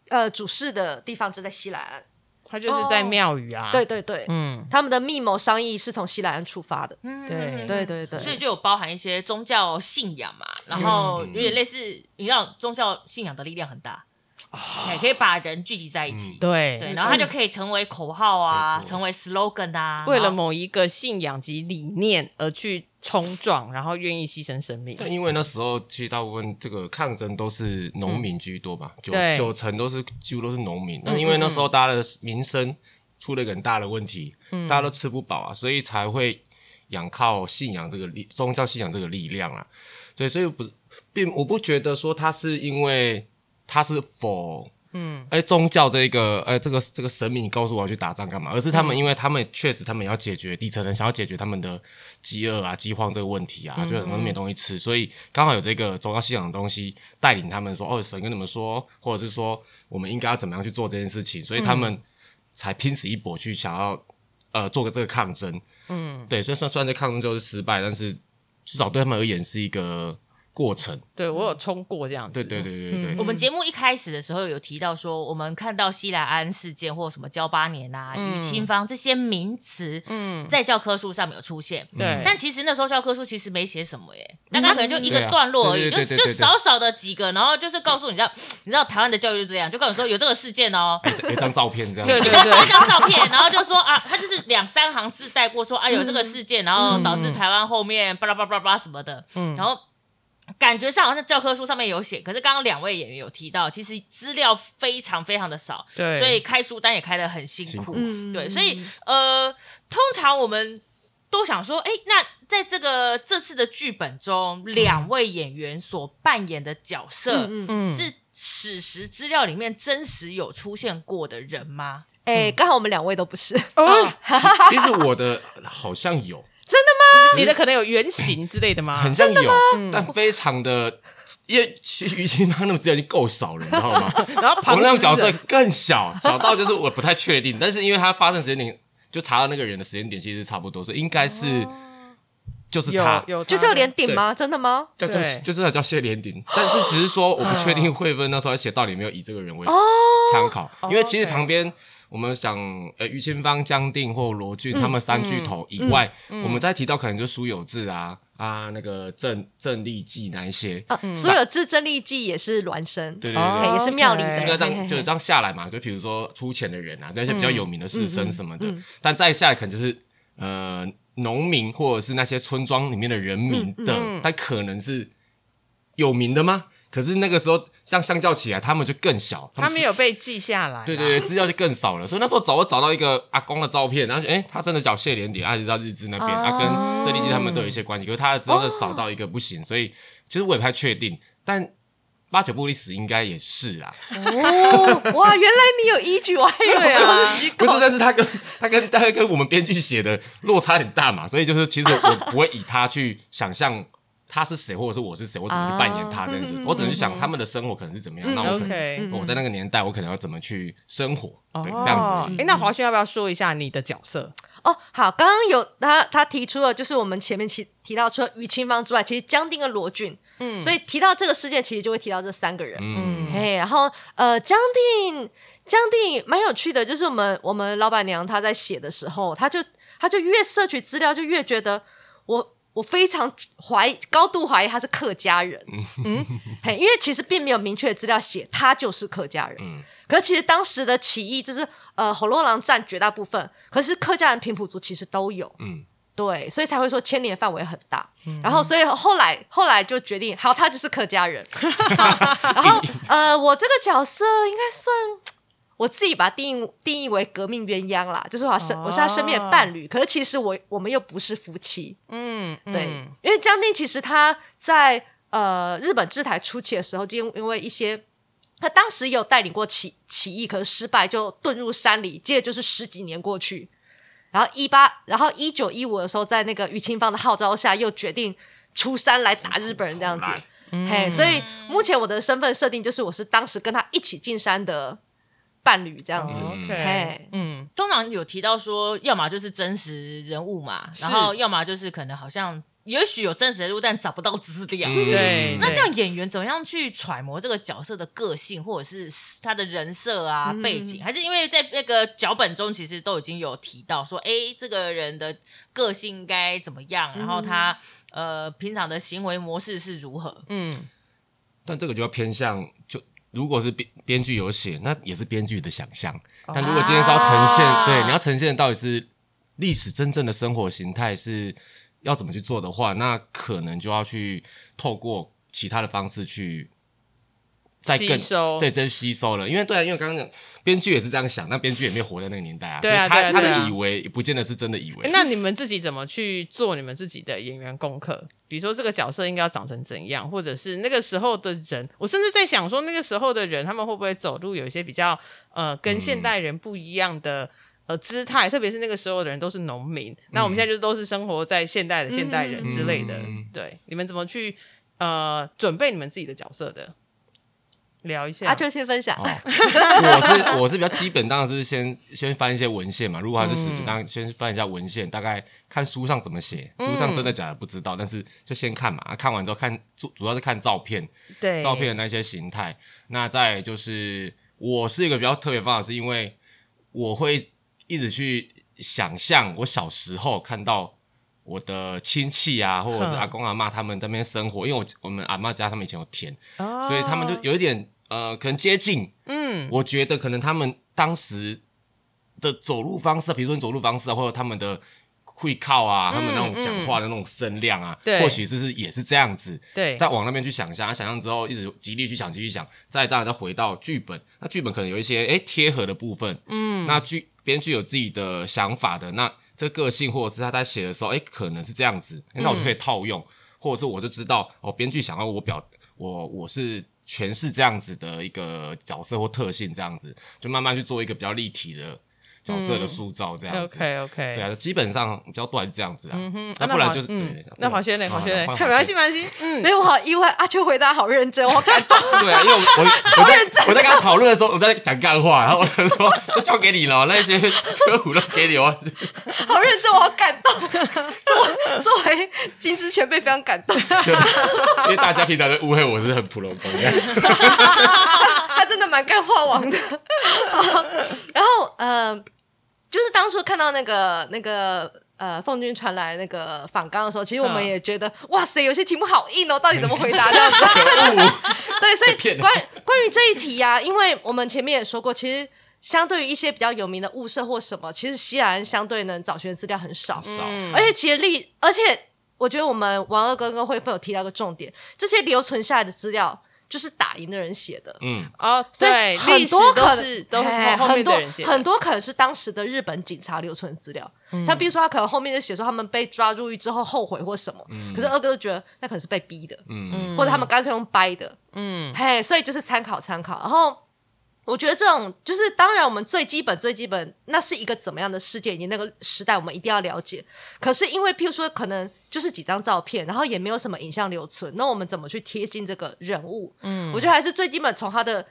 [SPEAKER 1] 呃主事的地方就在西兰，
[SPEAKER 2] 它就是在庙宇啊，
[SPEAKER 1] 对，对对，
[SPEAKER 2] 嗯，
[SPEAKER 1] 他们的密谋商议是从西兰出发的。
[SPEAKER 5] 嗯
[SPEAKER 2] 对
[SPEAKER 1] 对对对，
[SPEAKER 5] 所以就有包含一些宗教信仰嘛，
[SPEAKER 6] 嗯
[SPEAKER 5] 然后有点类似，你知道宗教信仰的力量很大，
[SPEAKER 6] 啊
[SPEAKER 5] 哎可以把人聚集在一起，
[SPEAKER 2] 对
[SPEAKER 5] 对，然后它就可以成为口号啊，
[SPEAKER 6] 嗯没错
[SPEAKER 5] 成为 slogan 啊，
[SPEAKER 2] 为了
[SPEAKER 5] 然后
[SPEAKER 2] 某一个信仰及理念而去冲撞，然后愿意牺牲生命。
[SPEAKER 6] 但因为那时候其实大部分这个抗争都是农民居多吧，九
[SPEAKER 2] 对
[SPEAKER 6] 九成都是几乎都是农民。那因为那时候大家的民生出了一个很大的问题，大家都吃不饱啊，所以才会仰靠信仰这个力，宗教信仰这个力量啊。对，所以不是并我不觉得说他是因为他是否。嗯，哎，宗教这个，哎，这个这个神明告诉我要去打仗干嘛？而是
[SPEAKER 2] 嗯
[SPEAKER 6] 他们，因为他们确实他们要解决底层人想要解决他们的饥饿啊、饥荒这个问题啊，
[SPEAKER 2] 嗯
[SPEAKER 6] 就很多人没东西吃，所以刚好有这个宗教信仰的东西带领他们说，哦，神跟你们说，或者是说我们应该要怎么样去做这件事情，所以他
[SPEAKER 2] 嗯
[SPEAKER 6] 们才拼死一搏去想要呃做个这个抗争。嗯，对，所以算虽然这抗争就是失败，但是至少对他们而言是一个过程。
[SPEAKER 2] 对我有冲过这样子，
[SPEAKER 6] 对对对对对，
[SPEAKER 2] 嗯
[SPEAKER 5] 我们节目一开始的时候有提到说，我们看到西莱安事件或什么交八年啊、
[SPEAKER 6] 嗯
[SPEAKER 5] 与清芳这些名词，嗯，在教科书上面有出现。
[SPEAKER 2] 对，
[SPEAKER 5] 但其实那时候教科书其实没写什么耶，大概可能就一
[SPEAKER 6] 对
[SPEAKER 5] 个
[SPEAKER 6] 啊
[SPEAKER 5] 段落而已，
[SPEAKER 6] 对对对
[SPEAKER 5] 就
[SPEAKER 6] 对
[SPEAKER 5] 就
[SPEAKER 6] 对对
[SPEAKER 5] 少少的几个，然后就是告诉你知道，你知道台湾的教育就这样，就告诉你说有这个事件哦，
[SPEAKER 6] 哎这有一张照片这样，
[SPEAKER 2] 对对
[SPEAKER 5] 一
[SPEAKER 2] 对，
[SPEAKER 5] 张照片，然后就说啊，他就是两三行字带过说啊有这个事件，然后导致台湾后面巴拉巴拉巴拉巴拉什么的，然后感觉上好像教科书上面有写，可是刚刚两位演员有提到，其实资料非常非常的少，
[SPEAKER 2] 对
[SPEAKER 5] 所以开书单也开得很辛
[SPEAKER 6] 辛
[SPEAKER 5] 苦
[SPEAKER 6] 苦，
[SPEAKER 1] 嗯
[SPEAKER 5] 对，所以呃，通常我们都想说，哎，那在这个这次的剧本中，两位演员所扮演的角色、
[SPEAKER 1] 嗯嗯，
[SPEAKER 2] 嗯
[SPEAKER 5] 是史实资料里面真实有出现过的人吗？
[SPEAKER 1] 哎，刚好我们两位都不是，
[SPEAKER 2] 哦，
[SPEAKER 6] 其实我的好像 有，
[SPEAKER 2] 你的可能有原型之类的吗？
[SPEAKER 6] 很像有，但非常的，因为其实于清芳那么资料已经够少了，你知道 吗？
[SPEAKER 2] 然后
[SPEAKER 6] 我
[SPEAKER 2] 旁
[SPEAKER 6] 们那种角
[SPEAKER 2] 支
[SPEAKER 6] 色
[SPEAKER 2] 人
[SPEAKER 6] 更小，小到就是我不太确定，但是因为它发生时间点，就查到那个人的时间点其实是差不多，所以应该是、
[SPEAKER 2] 哦
[SPEAKER 6] 就是他
[SPEAKER 2] 有，有，
[SPEAKER 1] 就是有连顶吗？真的吗？
[SPEAKER 6] 叫叫
[SPEAKER 2] 对哦
[SPEAKER 6] 就真的叫谢连鼎，但是只是说我不确定慧芬那时候写到底有没有以这个人为参考，因为其实
[SPEAKER 2] 哦 OK
[SPEAKER 6] 旁边。我们想，呃，于
[SPEAKER 2] 嗯
[SPEAKER 6] 清芳、江定或罗俊他们三巨头以外，我们再提到可能就是苏有志啊、啊，那个正正力记那一些，
[SPEAKER 1] 啊，所有自真力记也是孪生，
[SPEAKER 6] 对对对
[SPEAKER 1] 嘿
[SPEAKER 2] 哦
[SPEAKER 1] 也是庙里
[SPEAKER 2] OK
[SPEAKER 1] 的，
[SPEAKER 6] 应该这
[SPEAKER 1] 嘿嘿
[SPEAKER 6] 样，
[SPEAKER 1] 嘿
[SPEAKER 6] 就是这样下来嘛。就比如说出钱的人啊，那些比
[SPEAKER 2] 嗯
[SPEAKER 6] 较有名的士绅什么的，但再下来可能就是呃农民或者是那些村庄里面的
[SPEAKER 2] 嗯
[SPEAKER 6] 人民的，他可能是有名的吗？可是那个时候，像相较起来，他们就更小，
[SPEAKER 2] 他没
[SPEAKER 6] 是
[SPEAKER 2] 有被记下来啦，啊
[SPEAKER 6] 对对对，资料就更少了。所以那时候找我找到一个阿公的照片，然后哎、诶他真的叫谢连蝶，他是在日资那边，啊，跟郑丽基他们都有一些关系。可是他的资料就少到一个不行，所以其实我也不太确定，但八九不离十应该也是啦。
[SPEAKER 1] 哦， 哇，原来你有依据，我还以
[SPEAKER 2] 对
[SPEAKER 1] 为
[SPEAKER 2] 啊
[SPEAKER 1] 我是虚
[SPEAKER 6] 不是
[SPEAKER 1] 构，，
[SPEAKER 6] 但是他跟 他跟大概跟我们编剧写的落差很大嘛，所以就是其实我不会以他去想象他是谁，或者是我是谁，我怎么去扮演他这样
[SPEAKER 2] 嗯
[SPEAKER 6] 子，我只能去想他们的生活可能是怎么样，那我可能
[SPEAKER 2] ，OK，
[SPEAKER 6] 我在那个年代我可能要怎么去生活，
[SPEAKER 2] 哦
[SPEAKER 6] 对，这样子而已。
[SPEAKER 2] 哎，那华轩要不要说一下你的角色？
[SPEAKER 1] 哦，好，刚刚有他他提出了，就是我们前面提提到，除了于清芳之外，其实江定跟罗俊，嗯，所以提到这个事件，其实就会提到这三个人，
[SPEAKER 6] 嗯，
[SPEAKER 1] 嘿，然后呃，江定江定蛮有趣的，就是我们我们老板娘她在写的时候，她就她就越摄取资料，就越觉得我我非常怀疑，高度怀疑她是客家人，嗯，嘿，因为其实并没有明确的资料写她就是客家人，
[SPEAKER 6] 嗯
[SPEAKER 1] 可是其实当时的起义就是呃火罗狼占绝大部分，可是客家人平埔族其实都有，
[SPEAKER 6] 嗯，
[SPEAKER 1] 对，所以才会说牵连范围很大。然后，所以后来后来就决定，好，他就是客家人。好然后，呃，我这个角色应该算我自己把它定义定义为革命鸳鸯啦，就是我身、我是他身边的伴侣，可是其实我我们又不是夫妻。
[SPEAKER 2] 嗯，
[SPEAKER 1] 对，
[SPEAKER 2] 嗯
[SPEAKER 1] 因为江定其实他在呃日本制台初期的时候，就因因为一些。他当时有带领过起起义，可是失败，就遁入山里。接着就是十几年过去，然后一八，然后一九一五的时候，在那个于清芳的号召下，又决定出山来打日本人这样子
[SPEAKER 6] 重来。嗯
[SPEAKER 1] 嘿，所以目前我的身份设定就是我是当时跟他一起进山的伴侣这样子。
[SPEAKER 6] 嗯
[SPEAKER 2] ，OK，
[SPEAKER 1] 嘿
[SPEAKER 2] 嗯，
[SPEAKER 5] 通常有提到说，要么就是真实人物嘛，
[SPEAKER 2] 是
[SPEAKER 5] 然后要么就是可能好像也许有真实人物，但找不到资料。
[SPEAKER 6] 嗯
[SPEAKER 2] 对，
[SPEAKER 5] 那这样演员怎么样去揣摩这个角色的个性，或者是他的人设啊、背景？还是因为在那个脚本中，其实都已经有提到说，哎、这个人的个性应该怎么样，然后他、呃平常的行为模式是 如何？
[SPEAKER 2] 嗯，
[SPEAKER 6] 但这个就要偏向就。如果是编编剧有写，那也是编剧的想象。
[SPEAKER 2] 哦
[SPEAKER 6] 但如果今天是要呈现，
[SPEAKER 5] 啊
[SPEAKER 6] 对，你要呈现的到底是历史真正的生活形态是要怎么去做的话，那可能就要去透过其他的方式去再更
[SPEAKER 2] 吸收
[SPEAKER 6] 对，再吸收了。因为对啊，因为刚刚讲编剧也是这样想，但编剧也没有活在那个年代啊，
[SPEAKER 2] 对啊
[SPEAKER 6] 所以
[SPEAKER 2] 对
[SPEAKER 6] 他
[SPEAKER 2] 啊
[SPEAKER 6] 他
[SPEAKER 2] 对啊
[SPEAKER 6] 的以为不见得是真的以为。
[SPEAKER 2] 诶那你们自己怎么去做你们自己的演员功课？比如说这个角色应该要长成怎样，或者是那个时候的人，我甚至在想说，那个时候的人他们会不会走路有一些比较呃跟
[SPEAKER 6] 嗯
[SPEAKER 2] 现代人不一样的。呃，姿态，特别是那个时候的人都是农民，那我们现在就是都是生活在现代的现代人之类的，
[SPEAKER 6] 嗯
[SPEAKER 2] 对，你们怎么去呃准备你们自己的角色的？聊一下，
[SPEAKER 1] 阿秋先分享，
[SPEAKER 6] 哦，我是我是比较基本，当然是先先翻一些文献嘛。如果它是史实，当然先翻一下文献，大概看书上怎么写。书上真的假的不知道，但是就先看嘛。啊看完之后看主主要是看照片，
[SPEAKER 2] 对
[SPEAKER 6] 照片的那些形态。那再来就是我是一个比较特别的方法，是因为我会一直去想象我小时候看到我的亲戚啊，或者是
[SPEAKER 2] 哼
[SPEAKER 6] 阿公阿妈他们在那边生活，因为我我们阿妈家他们以前有田，
[SPEAKER 2] 哦
[SPEAKER 6] 所以他们就有一点呃，可能接近。
[SPEAKER 2] 嗯
[SPEAKER 6] 我觉得可能他们当时的走路方式，比如说你走路方式啊，或者他们的会靠啊，他们那种讲话的那种声量啊，
[SPEAKER 2] 嗯对
[SPEAKER 6] 或许就是也是这样子。
[SPEAKER 2] 对，
[SPEAKER 6] 再往那边去想象，想象之后一直极力去想，极力想，再当然再回到剧本。那剧本可能有一些诶贴合的部分，嗯，那剧编剧有自己的想法的，那这个性或者是他在写的时候，诶可能是这样子，诶那我
[SPEAKER 2] 嗯
[SPEAKER 6] 就可以套用，或者是我就知道哦，编剧想要我表我我是诠释这样子的一个角色或特性，这样子就慢慢去做一个比较立体的角色的塑造，这样子。
[SPEAKER 2] 嗯 OK OK，
[SPEAKER 6] 对啊，基本上比较多还是这样子啊，
[SPEAKER 2] 嗯哼，
[SPEAKER 6] 那
[SPEAKER 2] 啊
[SPEAKER 6] 不然
[SPEAKER 2] 好
[SPEAKER 6] 就是
[SPEAKER 2] 嗯
[SPEAKER 6] 对
[SPEAKER 2] 那好轩嘞，
[SPEAKER 6] 啊
[SPEAKER 2] 好轩嘞，
[SPEAKER 6] 换
[SPEAKER 2] 没
[SPEAKER 6] 好
[SPEAKER 2] 关
[SPEAKER 6] 轩
[SPEAKER 2] 系，没关系，嗯，
[SPEAKER 1] 没有我好意外，阿秋回答好认真，我好感动。
[SPEAKER 6] 对啊，因为我我我在
[SPEAKER 1] 认真
[SPEAKER 6] 我在跟他讨论的时候，我在讲干话，然后我就说都交给你了，哦那些科普都给你哦。
[SPEAKER 1] 好认真，我好感动。 作作为金丝前辈，非常感动。
[SPEAKER 6] 因为大家平常都误会我是很普通工的。
[SPEAKER 1] 他真的蛮干话王的。 然后呃，就是当初看到那个那个呃凤君传来那个访纲的时候，其实我们
[SPEAKER 2] 嗯
[SPEAKER 1] 也觉得、哇塞，有些题目好硬哦，到底怎么回答这样子？对，所
[SPEAKER 6] 骗
[SPEAKER 1] 以
[SPEAKER 6] 人
[SPEAKER 1] 关关于这一题呀、因为我们前面也说过，其实。相对于一些比较有名的物社或什么，其实西兰相对能找寻的资料很少，
[SPEAKER 6] 少，
[SPEAKER 1] 而
[SPEAKER 2] 嗯
[SPEAKER 1] 且其实历，而且我觉得我们王二哥跟慧芬有提到一个重点，这些留存下来的资料就是打赢的人写的，
[SPEAKER 6] 嗯，
[SPEAKER 2] 哦，
[SPEAKER 1] 所
[SPEAKER 2] 对，
[SPEAKER 1] 以
[SPEAKER 2] 历
[SPEAKER 1] 很
[SPEAKER 2] 史
[SPEAKER 1] 多
[SPEAKER 2] 都
[SPEAKER 1] 可
[SPEAKER 2] 是都是
[SPEAKER 1] 哎
[SPEAKER 2] 后后
[SPEAKER 1] 很
[SPEAKER 2] 面
[SPEAKER 1] 多
[SPEAKER 2] 的人写的，嗯
[SPEAKER 1] 很多可能是当时的日本警察留存资料，像比如说他可能后面就写说他们被抓入狱之后后悔或什么，
[SPEAKER 2] 嗯
[SPEAKER 1] 可是二哥就觉得那可能是被逼的，
[SPEAKER 6] 嗯
[SPEAKER 1] 或者他们干脆用掰的，
[SPEAKER 2] 嗯
[SPEAKER 1] 嘿，所以就是参考参考。然后我觉得这种就是，当然我们最基本最基本，那是一个怎么样的世界以及那个时代，我们一定要了解。可是因为譬如说，可能就是几张照片，然后也没有什么影像留存，那我们怎么去贴近这个人物？
[SPEAKER 2] 嗯
[SPEAKER 1] 我觉得还是最基本从他的。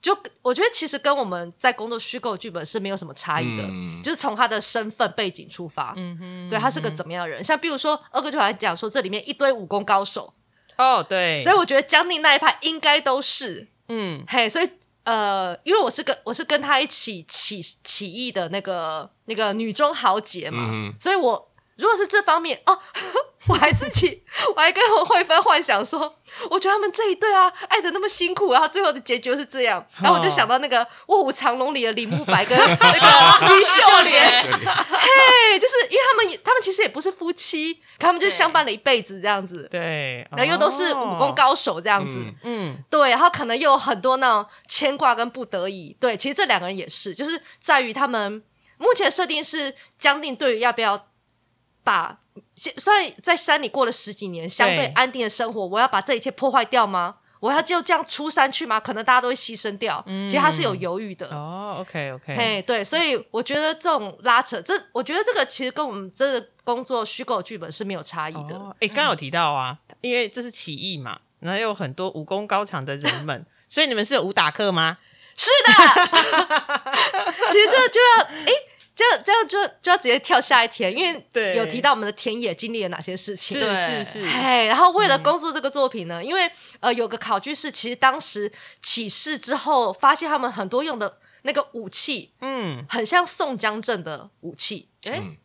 [SPEAKER 1] 就我觉得其实跟我们在工作虚构剧本是没有什么差异的，
[SPEAKER 6] 嗯
[SPEAKER 1] 就是从他的身份背景出发，
[SPEAKER 2] 嗯哼，
[SPEAKER 1] 对他是个怎么样的人。像比如说二哥就来讲说，这里面一堆武功高手，
[SPEAKER 2] 哦对，
[SPEAKER 1] 所以我觉得江宁那一派应该都是，
[SPEAKER 2] 嗯
[SPEAKER 1] 嘿，所以呃，因为我是跟我是跟他一起起起义的那个那个女中豪杰嘛，
[SPEAKER 6] 嗯哼
[SPEAKER 1] 所以我如果是这方面哦， 我还自己我还跟我慧芬幻想说，我觉得他们这一对啊，爱的那么辛苦，然后最后的结局是这样，然后我就想到那个《卧虎藏龙》里的李慕白跟那个于秀莲，嘿，就是因为他们也他们其实也不是夫妻，可他们就相伴了一辈子这样子。
[SPEAKER 2] 对，
[SPEAKER 1] 然后又都是武功
[SPEAKER 2] 哦，
[SPEAKER 1] 高手这样子，
[SPEAKER 6] 嗯
[SPEAKER 2] 嗯
[SPEAKER 1] 对，然后可能又有很多那种牵挂跟不得已。对，其实这两个人也是，就是在于他们目前设定是将定对于要不要把，现虽然在山里过了十几年相对
[SPEAKER 2] 对
[SPEAKER 1] 安定的生活，我要把这一切破坏掉吗？我要就这样出山去吗？可能大家都会牺牲掉。
[SPEAKER 2] 嗯
[SPEAKER 1] 其实他是有犹豫的。
[SPEAKER 2] 哦，OK OK，
[SPEAKER 1] 嘿，对，所以我觉得这种拉扯，这我觉得这个其实跟我们真的工作虚构剧本是没有差异的。
[SPEAKER 2] 哦，哎，刚刚有提到啊，因为这是起义嘛，然后又有很多武功高强的人们， 所以你们是有武打课吗？
[SPEAKER 1] 是的， 其实这就要哎。这样这样就就要直接跳下一题，因
[SPEAKER 2] 对
[SPEAKER 1] 为有提到我们的田野经历了哪些事情。
[SPEAKER 2] 是是嗯
[SPEAKER 5] 对
[SPEAKER 2] 是，
[SPEAKER 1] 哎，然后为了工作这个作品呢，因为呃有个考据是，其实当时起事之后，发现他们很多用的那个武器
[SPEAKER 2] 嗯，
[SPEAKER 1] 很像宋江镇的武器，
[SPEAKER 5] 哎，
[SPEAKER 6] 嗯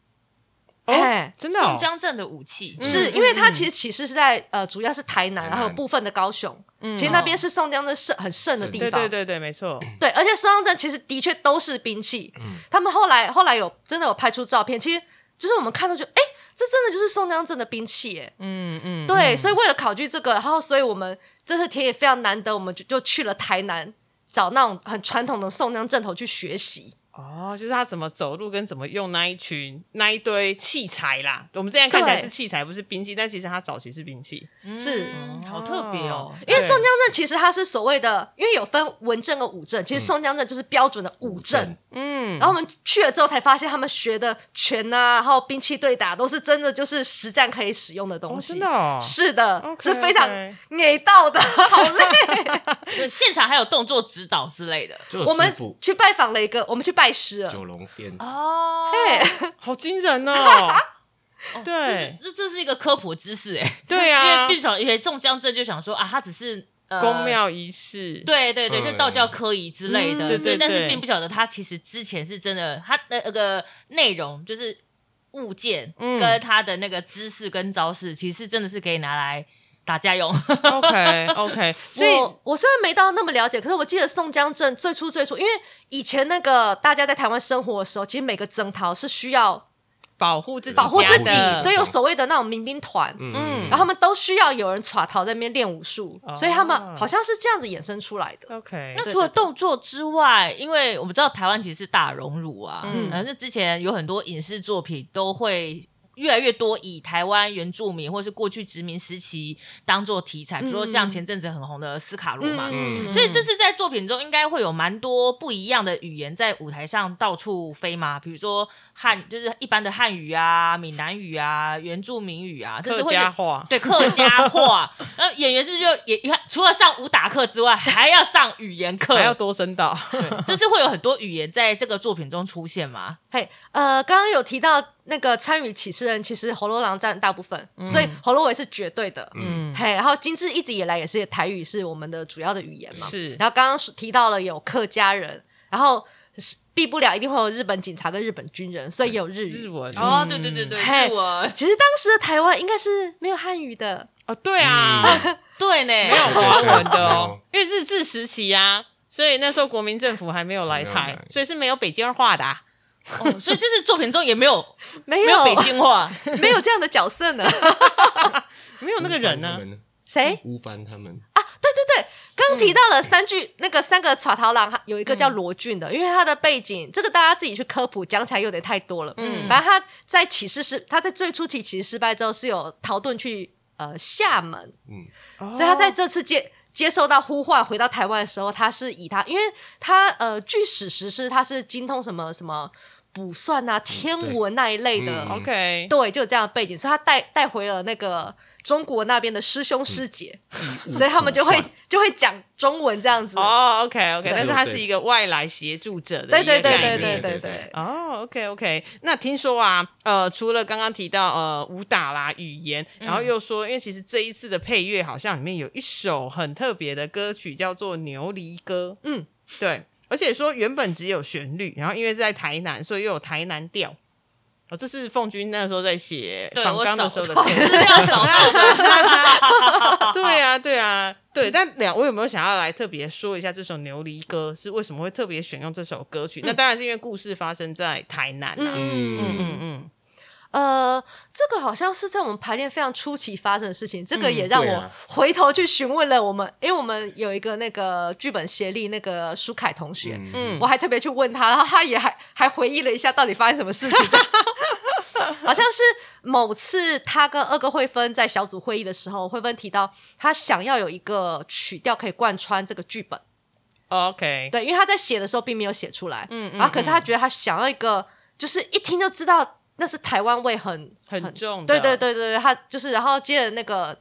[SPEAKER 2] 哦，嗯
[SPEAKER 1] 哎、
[SPEAKER 2] 真的哦
[SPEAKER 5] 宋，江镇的武器
[SPEAKER 1] 是因为它其实起事是在呃主要是台南，
[SPEAKER 6] 台南
[SPEAKER 1] 然后有部分的高雄，
[SPEAKER 2] 嗯
[SPEAKER 1] 其实那边是宋江镇盛很盛的地
[SPEAKER 2] 对
[SPEAKER 1] 方。
[SPEAKER 2] 对对对，没 错，
[SPEAKER 1] 对，而且松江镇其实的确都是兵器。
[SPEAKER 6] 嗯
[SPEAKER 1] 他们后来后来有真的有拍出照片，其实就是我们看到就哎、诶这真的就是松江镇的兵器耶。
[SPEAKER 2] 嗯嗯，
[SPEAKER 1] 对，
[SPEAKER 2] 嗯
[SPEAKER 1] 所以为了考据这个，然后所以我们这次田野非常难得，我们就就去了台南。找那种很传统的宋江镇头去学习，
[SPEAKER 2] 哦，就是他怎么走路跟怎么用那一群那一堆器材啦。我们这样看起来
[SPEAKER 1] 对
[SPEAKER 2] 是器材，不是兵器，但其实他早期是兵器。
[SPEAKER 1] 是
[SPEAKER 5] 嗯好特别哦。
[SPEAKER 1] 因为宋江
[SPEAKER 2] 对
[SPEAKER 1] 镇其实它是所谓的，因为有分文镇跟武镇，其实宋江镇就是标准的武镇。
[SPEAKER 2] 嗯
[SPEAKER 1] 然后我们去了之后才发现，他们学的拳啊，然后兵器对打都是真的，就是实战可以使用的东
[SPEAKER 2] 哦，
[SPEAKER 1] 西。
[SPEAKER 2] 真的哦，
[SPEAKER 1] 是的
[SPEAKER 2] OK，
[SPEAKER 1] 是非常
[SPEAKER 2] OK
[SPEAKER 1] 美到的， 好累。
[SPEAKER 5] 对，现场还有动作指导之类的
[SPEAKER 6] 就有
[SPEAKER 1] 我
[SPEAKER 6] 师
[SPEAKER 1] 们
[SPEAKER 6] 傅
[SPEAKER 1] 去拜访了一个，我们去拜师了。
[SPEAKER 6] 九龙店，
[SPEAKER 5] 哦。
[SPEAKER 2] 好惊 人哦。
[SPEAKER 5] 哦
[SPEAKER 2] 对
[SPEAKER 5] 这是这这是一个科普知识哎，
[SPEAKER 2] 对
[SPEAKER 5] 因为
[SPEAKER 2] 啊，
[SPEAKER 5] 并少以前宋江镇就想说啊，他只是呃
[SPEAKER 2] 宫庙仪式，
[SPEAKER 5] 对对对，
[SPEAKER 6] 嗯
[SPEAKER 5] 就道教科仪之类的，
[SPEAKER 2] 嗯对
[SPEAKER 5] 所以
[SPEAKER 2] 对
[SPEAKER 5] 但
[SPEAKER 2] 对
[SPEAKER 5] 是并不晓得他其实之前是真的，他的那个内容就是物件
[SPEAKER 2] 嗯
[SPEAKER 5] 跟他的那个知识跟招式，其实真的是可以拿来打架用。
[SPEAKER 2] ，OK OK，所以
[SPEAKER 1] 我我虽然没到那么了解，可是我记得宋江镇最初最初，因为以前那个大家在台湾生活的时候，其实每个征讨是需要
[SPEAKER 2] 保护自己，
[SPEAKER 1] 保护自己
[SPEAKER 6] 家的，
[SPEAKER 1] 所以有所谓的那种民兵团，
[SPEAKER 6] 嗯
[SPEAKER 1] 然后他们都需要有人耍逃在那边练武术，所以他
[SPEAKER 2] 哦
[SPEAKER 1] 们好像是这样子衍生出来的。
[SPEAKER 2] OK，
[SPEAKER 5] 那除了动作之外，因为我们知道台湾其实是大荣辱啊，
[SPEAKER 2] 嗯
[SPEAKER 5] 嗯，而是之前有很多影视作品都会。越来越多以台湾原住民或是过去殖民时期当做题材，比如说像前阵子很红的
[SPEAKER 2] 嗯
[SPEAKER 5] 斯卡罗嘛，
[SPEAKER 6] 嗯
[SPEAKER 5] 所以这次在作品中应该会有蛮多不一样的语言在舞台上到处飞嘛，比如说汉就是一般的汉语啊、闽南语啊、原住民语啊，这
[SPEAKER 2] 客
[SPEAKER 5] 是会
[SPEAKER 2] 家话，
[SPEAKER 5] 对客家 话。那演员是不是就也除了上武打课之外，还要上语言课
[SPEAKER 2] 还？要多声道，
[SPEAKER 5] 这次会有很多语言在这个作品中出现吗？
[SPEAKER 1] 嘿，呃，刚刚有提到那个参与起事人，其实喉咙狼占大部分，所以喉咙尾是绝对的。
[SPEAKER 2] 嗯，
[SPEAKER 1] 嘿，然后金志一直以来也是台语是我们的主要的语言嘛，
[SPEAKER 2] 是
[SPEAKER 1] 然后刚刚提到了有客家人，然后避不了一定会有日本警察跟日本军人，所以有日
[SPEAKER 2] 日
[SPEAKER 1] 语。
[SPEAKER 2] 文
[SPEAKER 5] 哦，对对对对，
[SPEAKER 1] 嘿
[SPEAKER 5] 是我
[SPEAKER 1] 其实当时的台湾应该是没有汉语的，
[SPEAKER 2] 哦，对啊，
[SPEAKER 6] 嗯
[SPEAKER 5] 对呢，
[SPEAKER 2] 没有华文的哦，
[SPEAKER 6] 对
[SPEAKER 2] 因为日治时期啊，所以那时候国民政府还没有来
[SPEAKER 6] 还没
[SPEAKER 2] 台
[SPEAKER 6] 有来，
[SPEAKER 2] 所以是没有北京话的啊。
[SPEAKER 5] 哦所以这次作品中也没有
[SPEAKER 1] 没
[SPEAKER 5] 没有北京话，
[SPEAKER 1] 没有这样的角色呢。
[SPEAKER 2] 没有那个人啊
[SPEAKER 6] 嗯
[SPEAKER 2] 呢、
[SPEAKER 1] 谁？
[SPEAKER 6] 乌帆他们，
[SPEAKER 1] 啊对对对，刚
[SPEAKER 6] 嗯
[SPEAKER 1] 提到了三句，那个三个草桃郎，有一个叫罗俊的，因为他的背景，这个大家自己去科普，讲起来有点太多了。嗯，反正他在起事失，他在最初期起事失败之后，是有逃遁去呃厦门，
[SPEAKER 6] 嗯，
[SPEAKER 1] 所以他在这次接接受到呼唤回到台湾的时候，他是以他，因为他呃，据史实是他是精通什么什么卜算啊、天文那一类的，
[SPEAKER 6] 嗯
[SPEAKER 2] OK，
[SPEAKER 1] 对，就有这样的背景，所以他带带回了那个中国那边的师兄师姐，所以他们就会就会讲中文这样
[SPEAKER 6] 嗯
[SPEAKER 1] 子。
[SPEAKER 2] 哦，OK OK，
[SPEAKER 1] 对
[SPEAKER 2] 但是他是一个外来协助者的一
[SPEAKER 1] 对对
[SPEAKER 2] 个
[SPEAKER 1] 对
[SPEAKER 2] 概
[SPEAKER 1] 对
[SPEAKER 2] 念
[SPEAKER 1] 对对
[SPEAKER 6] 对对
[SPEAKER 1] 对，
[SPEAKER 2] 哦，OK OK，那听说啊，呃，除了刚刚提到呃武打啦、语言，
[SPEAKER 5] 嗯
[SPEAKER 2] 然后又说，因为其实这一次的配乐好像里面有一首很特别的歌曲，叫做《牛犁歌》。
[SPEAKER 1] 嗯，
[SPEAKER 2] 对，而且说原本只有旋律，然后因为是在台南，所以又有台南调。哦，这是凤君那时候在写
[SPEAKER 5] 对
[SPEAKER 2] 访
[SPEAKER 5] 我
[SPEAKER 2] 纲
[SPEAKER 5] 找
[SPEAKER 2] 的时候
[SPEAKER 5] 资
[SPEAKER 2] 的
[SPEAKER 5] 料
[SPEAKER 2] 歌。
[SPEAKER 5] 找到的，
[SPEAKER 2] 对啊，对啊，对。但两位有没有想要来特别说一下这首《牛犁歌》是为什么会特别选用这首歌曲？那当然是因为故事发生在台南啊。嗯
[SPEAKER 6] 嗯，
[SPEAKER 2] 嗯嗯，
[SPEAKER 1] 呃，这个好像是在我们排练非常初期发生的事情，这个也让
[SPEAKER 6] 对
[SPEAKER 1] 我
[SPEAKER 6] 啊
[SPEAKER 1] 回头去询问了我们，因为我们有一个那个剧本协力那个舒凯同学，
[SPEAKER 6] 嗯，
[SPEAKER 1] 我还特别去问他，然后他也还还回忆了一下到底发生什么事情。 好像是某次他跟二哥慧芬在小组会议的时候，慧芬提到他想要有一个曲调可以贯穿这个剧本，
[SPEAKER 2] 哦 OK，
[SPEAKER 1] 对，因为他在写的时候并没有写出来，
[SPEAKER 2] 嗯嗯
[SPEAKER 1] 然后可是他觉得他想要一个，就是一听就知道那是台湾味很
[SPEAKER 2] 很重的
[SPEAKER 1] 对对对对，对他就是，然后接着那个，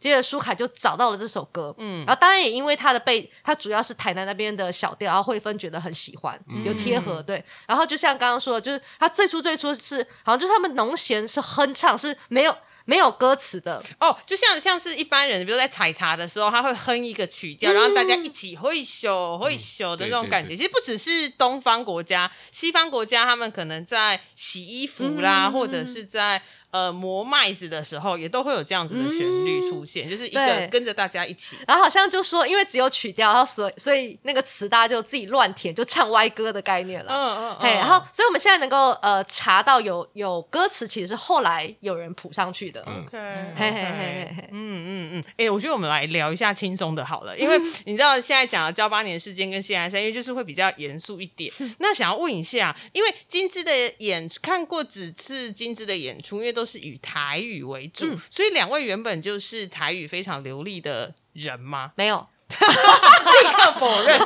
[SPEAKER 1] 接着舒凯就找到了这首歌，嗯，
[SPEAKER 2] 嗯
[SPEAKER 1] 然后当然也因为他的被，他主要是台南那边的小调，然后慧芬觉得很喜欢，有贴合，对，然后就像刚刚说的，就是他最初最初是好像就是他们农闲是哼唱，是没有没有歌词的，
[SPEAKER 2] 哦，就像像是一般人，比如在采茶的时候，他会哼一个曲调，然后大家一起挥手挥手的那种感觉。
[SPEAKER 6] 对对对
[SPEAKER 2] 其实不只是东方国家，西方国家他们可能在洗衣服啦，或者是在呃磨麦子的时候，也都会有这样子的旋律出现，就是一个
[SPEAKER 1] 对
[SPEAKER 2] 跟着大家一起。
[SPEAKER 1] 然后好像就说因为只有曲调，然后所以所以那个词大家就自己乱填，就唱歪歌的概念了，
[SPEAKER 2] 嗯嗯，
[SPEAKER 1] 嘿，
[SPEAKER 2] 嗯
[SPEAKER 1] 然后，所以我们现在能够呃查到有有歌词，其实是后来有人谱上去的。
[SPEAKER 6] 嗯
[SPEAKER 2] OK，
[SPEAKER 1] 嘿嘿嘿嘿嘿
[SPEAKER 2] 嗯嗯嗯，哎、我觉得我们来聊一下轻松的好了，因为
[SPEAKER 1] 嗯
[SPEAKER 2] 你知道现在讲的交八年事件跟谢安山，因为就是会比较严肃一点。那想要问一下，因为金枝的演看过几次金枝的演出，因为都是以台语为主，
[SPEAKER 1] 嗯
[SPEAKER 2] 所以两位原本就是台语非常流利的 人吗？
[SPEAKER 1] 没有
[SPEAKER 2] 立刻否认。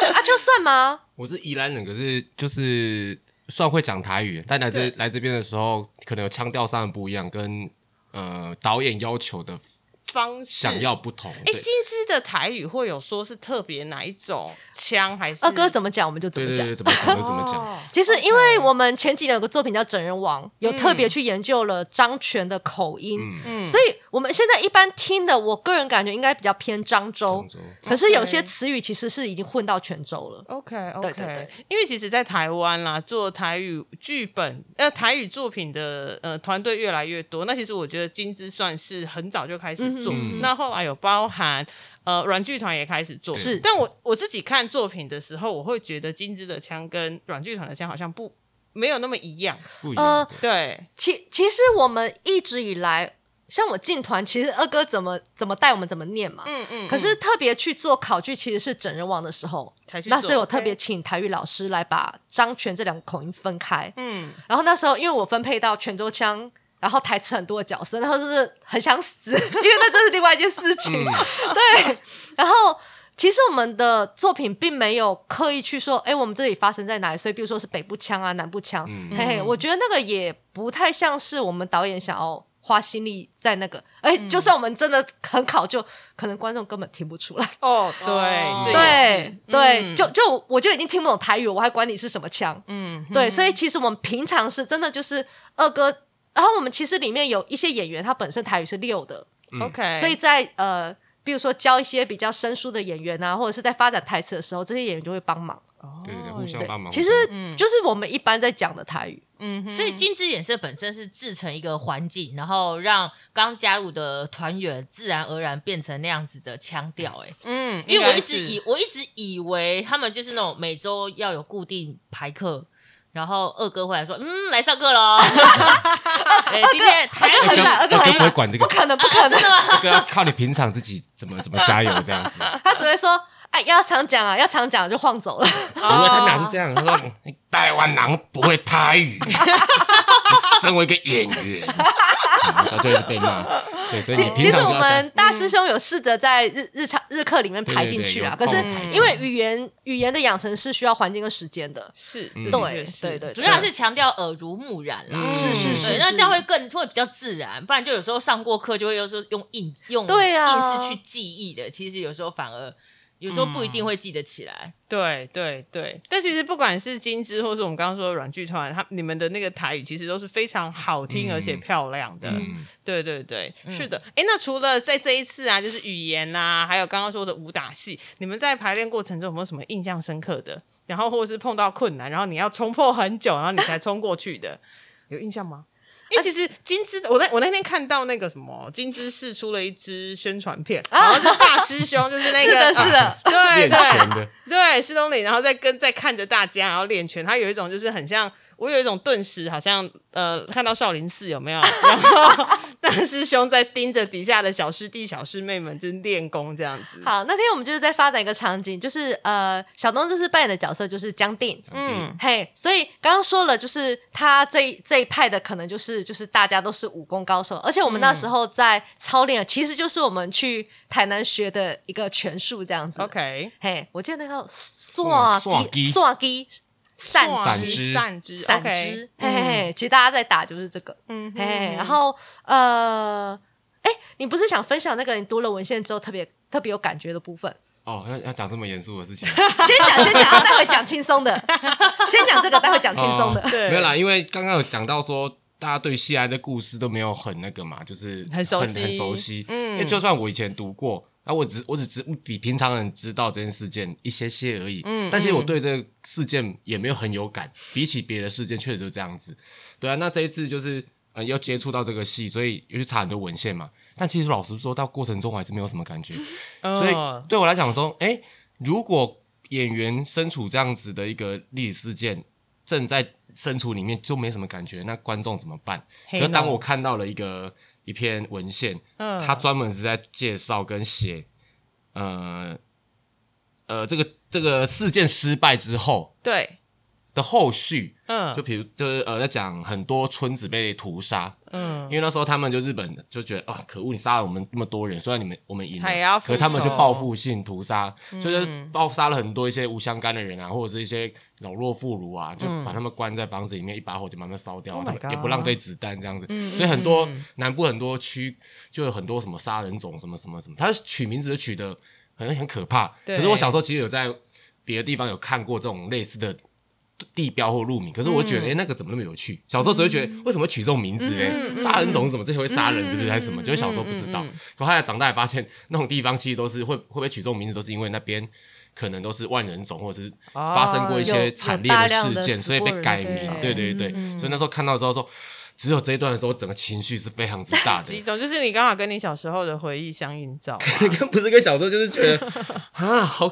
[SPEAKER 1] 就 啊，就算吗？
[SPEAKER 6] 我是宜兰人，可是就是算会讲台语，但来这来这边的时候，可能有腔调上的不一样，跟呃导演要求的
[SPEAKER 2] 方式
[SPEAKER 6] 想要不同。
[SPEAKER 2] 哎、
[SPEAKER 6] 对
[SPEAKER 2] 金枝的台语会有说是特别哪一种腔还是？
[SPEAKER 1] 二哥怎么讲我们就怎么
[SPEAKER 6] 对对
[SPEAKER 1] 讲
[SPEAKER 6] 对，。怎么讲就怎么讲。
[SPEAKER 2] 哦
[SPEAKER 1] 其实，因为我们前几年有个作品叫《整人王》，有特别去研究了张全的口音，
[SPEAKER 2] 嗯
[SPEAKER 1] 所以我们现在一般听的，我个人感觉应该比较偏漳州
[SPEAKER 6] 漳州，
[SPEAKER 1] 可是有些词语其实是已经混到泉州了。
[SPEAKER 2] OK OK，
[SPEAKER 1] 对对对
[SPEAKER 2] 因为其实，在台湾啦，做台语剧本呃台语作品的呃团队越来越多。那其实我觉得金枝算是很早就开始做，
[SPEAKER 6] 嗯嗯嗯
[SPEAKER 2] 那后来有包含呃软剧团也开始做。
[SPEAKER 1] 是
[SPEAKER 2] 但我我自己看作品的时候，我会觉得金枝的腔跟软剧团的腔好像不没有那么一样。
[SPEAKER 6] 不一样。
[SPEAKER 1] 呃
[SPEAKER 6] 对
[SPEAKER 2] 对，
[SPEAKER 1] 其其实我们一直以来，像我进团，其实二哥怎么怎么带我们怎么念嘛，
[SPEAKER 2] 嗯嗯
[SPEAKER 1] 可是特别去做考据，其实是整人王的时候
[SPEAKER 2] 才去做
[SPEAKER 1] 那时候我特别请台语老师来把张全这两个口音分开。
[SPEAKER 2] 嗯，
[SPEAKER 1] 然后那时候因为我分配到泉州腔，然后台词很多的角色，然后就是很想死，因为那这是另外一件事情。对，然后。其实我们的作品并没有刻意去说，哎，我们这里发生在哪里？所以，比如说是北部腔啊、南部腔，
[SPEAKER 6] 嗯
[SPEAKER 1] 嘿嘿，我觉得那个也不太像是我们导演想要花心力在那个。哎，就算我们真的很考究，可能观众根本听不出来。
[SPEAKER 2] 哦，对，
[SPEAKER 5] 哦
[SPEAKER 2] 这也是
[SPEAKER 1] 对对，
[SPEAKER 2] 嗯
[SPEAKER 1] 就就我就已经听不懂台语，我还管你是什么腔。
[SPEAKER 2] 嗯
[SPEAKER 1] 对，所以其实我们平常是真的就是二哥，然后我们其实里面有一些演员，他本身台语是六的，
[SPEAKER 6] 嗯
[SPEAKER 2] OK，
[SPEAKER 1] 所以在呃，比如说教一些比较生疏的演员啊，或者是在发展台词的时候，这些演员就会帮忙。
[SPEAKER 6] 对对对，
[SPEAKER 2] 哦
[SPEAKER 6] 互相帮忙。
[SPEAKER 1] 其实
[SPEAKER 6] 互相
[SPEAKER 1] 就是我们一般在讲的台语，
[SPEAKER 2] 嗯哼，
[SPEAKER 5] 所以金枝演社本身是制成一个环境，然后让刚加入的团员自然而然变成那样子的腔调、欸。
[SPEAKER 2] 嗯，
[SPEAKER 5] 因为我一直
[SPEAKER 2] 应该是
[SPEAKER 5] 以我一直以为他们就是那种每周要有固定排课。然后二哥会来说，嗯，来上 课喽。哎，今天台
[SPEAKER 1] 二哥很懒，
[SPEAKER 5] 啊
[SPEAKER 1] 二哥
[SPEAKER 6] 二哥
[SPEAKER 1] 很
[SPEAKER 6] 不会
[SPEAKER 1] 懒，
[SPEAKER 6] 管这个
[SPEAKER 1] 不可能，不可能
[SPEAKER 5] 真，的吗？
[SPEAKER 6] 对啊，靠你平常自己怎么怎么加油这样子。
[SPEAKER 1] 他只会说，哎，要常讲啊，要常讲就晃走了。
[SPEAKER 6] 因为他哪是这样，他说嗯你台湾人不会台语，你身为一个演员，嗯他就一直被骂。对，所以你
[SPEAKER 1] 其
[SPEAKER 6] 平
[SPEAKER 1] 实
[SPEAKER 6] 常
[SPEAKER 1] 我
[SPEAKER 6] 就要
[SPEAKER 1] 们大师兄有试着在日日常日课里面排进去啊，
[SPEAKER 6] 对
[SPEAKER 1] 可
[SPEAKER 6] 对
[SPEAKER 1] 是
[SPEAKER 6] 对有空嗯
[SPEAKER 1] 因为语言语言的养成是需要环境跟时间的，
[SPEAKER 2] 是，
[SPEAKER 6] 嗯
[SPEAKER 2] 这的确
[SPEAKER 1] 对
[SPEAKER 2] 是
[SPEAKER 1] 对对，
[SPEAKER 5] 主要
[SPEAKER 1] 对
[SPEAKER 5] 是强调耳濡目染啦。
[SPEAKER 2] 嗯是是是
[SPEAKER 5] 对，那这样会更会比较自然，不然就有时候上过课就会有时候用硬用
[SPEAKER 1] 对啊
[SPEAKER 5] 硬是去记忆的，其实有时候反而有时候不一
[SPEAKER 2] 嗯
[SPEAKER 5] 定会记得起来。
[SPEAKER 2] 对对对，但其实不管是金枝，或是我们刚刚说的软剧团，他你们的那个台语其实都是非常好听
[SPEAKER 6] 嗯
[SPEAKER 2] 而且漂亮的。
[SPEAKER 6] 嗯
[SPEAKER 2] 对对对，
[SPEAKER 1] 嗯
[SPEAKER 2] 是的。哎，那除了在这一次啊，就是语言啊，还有刚刚说的武打戏，你们在排练过程中有没有什么印象深刻的？然后或是碰到困难，然后你要冲破很久，然后你才冲过去的，有印象吗？因为其实金枝，我那我那天看到那个什么金枝试出了一支宣传片，然后是大师兄，就是那个
[SPEAKER 1] 啊 是的，
[SPEAKER 2] 啊
[SPEAKER 1] 是的，
[SPEAKER 2] 对
[SPEAKER 6] 练
[SPEAKER 2] 对，
[SPEAKER 6] 拳的，
[SPEAKER 2] 对，施东林，然后再跟再看着大家，然后练拳，他有一种就是很像，我有一种顿时好像呃，看到少林寺有没有？然后大师兄在盯着底下的小师弟、小师妹们，就是练功这样子。
[SPEAKER 1] 好，那天我们就是在发展一个场景，就是呃，小东这次扮演的角色就是江定。
[SPEAKER 2] 嗯，
[SPEAKER 1] 嘿所以刚刚说了，就是他这一这一派的，可能就是就是大家都是武功高手，而且我们那时候在操练，其实就是我们去台南学的一个拳术这样子。
[SPEAKER 2] ，OK，
[SPEAKER 1] 嘿，我记得那套
[SPEAKER 6] 刷
[SPEAKER 1] 刷
[SPEAKER 6] 机
[SPEAKER 1] 刷机散
[SPEAKER 2] 散
[SPEAKER 6] 散
[SPEAKER 2] 枝，
[SPEAKER 6] 枝
[SPEAKER 2] 散枝
[SPEAKER 1] 散
[SPEAKER 2] ，OK，
[SPEAKER 1] 枝，嘿嘿嘿，其实大家在打就是这个，
[SPEAKER 2] 嗯
[SPEAKER 1] 嘿嘿嘿，然
[SPEAKER 2] 后
[SPEAKER 1] 后呃，哎，你不是想分享那个你读了文献之后特别特别有感觉的部分？
[SPEAKER 6] 哦，要要讲这么严肃的事情，
[SPEAKER 1] 先讲先讲，然后待会讲轻松 的，先讲这个，待会讲轻松的
[SPEAKER 6] 哦。
[SPEAKER 2] 对
[SPEAKER 6] 没有啦，因为刚刚有讲到说。大家对西安的故事都没有很那个嘛，就是
[SPEAKER 2] 很熟悉
[SPEAKER 6] 很熟悉。
[SPEAKER 2] 嗯
[SPEAKER 6] 嗯，因为就算我以前读过，啊，我只我只知比平常人知道这件事件一些些而已。
[SPEAKER 2] 嗯
[SPEAKER 6] 嗯，但其实我
[SPEAKER 2] 嗯
[SPEAKER 6] 对这个事件也没有很有感，比起别的事件，确实就是这样子。对啊，那这一次就是呃要接触到这个戏，所以又去查很多文献嘛。但其实老实说，到过程中我还是没有什么感觉，
[SPEAKER 2] 嗯
[SPEAKER 6] 所
[SPEAKER 2] 哦
[SPEAKER 6] 以对我来讲说，哎、如果演员身处这样子的一个历史事件，正在身处里面就没什么感觉，那观众怎么办？
[SPEAKER 2] 嘿
[SPEAKER 6] 可
[SPEAKER 2] 咯
[SPEAKER 6] 是当我看到了一个一篇文献，
[SPEAKER 2] 嗯
[SPEAKER 6] 他专门是在介绍跟写，呃呃，这个这个事件失败之后
[SPEAKER 2] 对，
[SPEAKER 6] 的后续，就
[SPEAKER 2] 嗯
[SPEAKER 6] 比如就是呃，在讲很多村子被屠杀，
[SPEAKER 2] 嗯
[SPEAKER 6] 因为那时候他们就日本就觉得啊，可恶，你杀了我们那么多人，虽然你们我们赢
[SPEAKER 2] 还要
[SPEAKER 6] 了，
[SPEAKER 2] 复
[SPEAKER 6] 可他们就
[SPEAKER 2] 仇嗯
[SPEAKER 6] 报复性屠杀，所以就是爆杀了很多一些无相干的人啊，或者是一些老弱妇孺啊，就把他们关在房子里面，一把火就把他们烧掉，
[SPEAKER 2] 嗯 Oh my
[SPEAKER 6] 他们也
[SPEAKER 2] God 嗯
[SPEAKER 6] 不浪费子弹这样子，所以很多南部很多区就有很多什么杀人种什么什么什么，他取名字就取的很很可怕，
[SPEAKER 2] 对
[SPEAKER 6] 可是我小时候其实有在别的地方有看过这种类似的。地标或路名，可是我
[SPEAKER 1] 嗯
[SPEAKER 6] 觉得，哎、那个怎么那么有趣？小时候只会觉得，为什么取这种名字嘞？
[SPEAKER 1] 嗯
[SPEAKER 6] 杀、人种是怎么这些会杀人，是不是还是什么？就是小时候不知道，可后来长大也发现，那种地方其实都是会会不会取这种名字，都是因为那边可能都是万人种，或者是发生过一
[SPEAKER 1] 哦有
[SPEAKER 6] 些惨烈
[SPEAKER 1] 有大量
[SPEAKER 6] 事
[SPEAKER 1] 的
[SPEAKER 6] 件，
[SPEAKER 1] 死
[SPEAKER 6] 所以
[SPEAKER 1] 过
[SPEAKER 6] 被
[SPEAKER 1] 人嗯
[SPEAKER 6] 改
[SPEAKER 2] 对
[SPEAKER 6] 名。对对对，所以那时候看到的时候说，只有这一段的时候，整个情绪是非常之大的
[SPEAKER 2] 激。动，就是你刚好跟你小时候的回忆相映照啊。
[SPEAKER 6] 你看，不是 跟小时候就是觉 得啊，好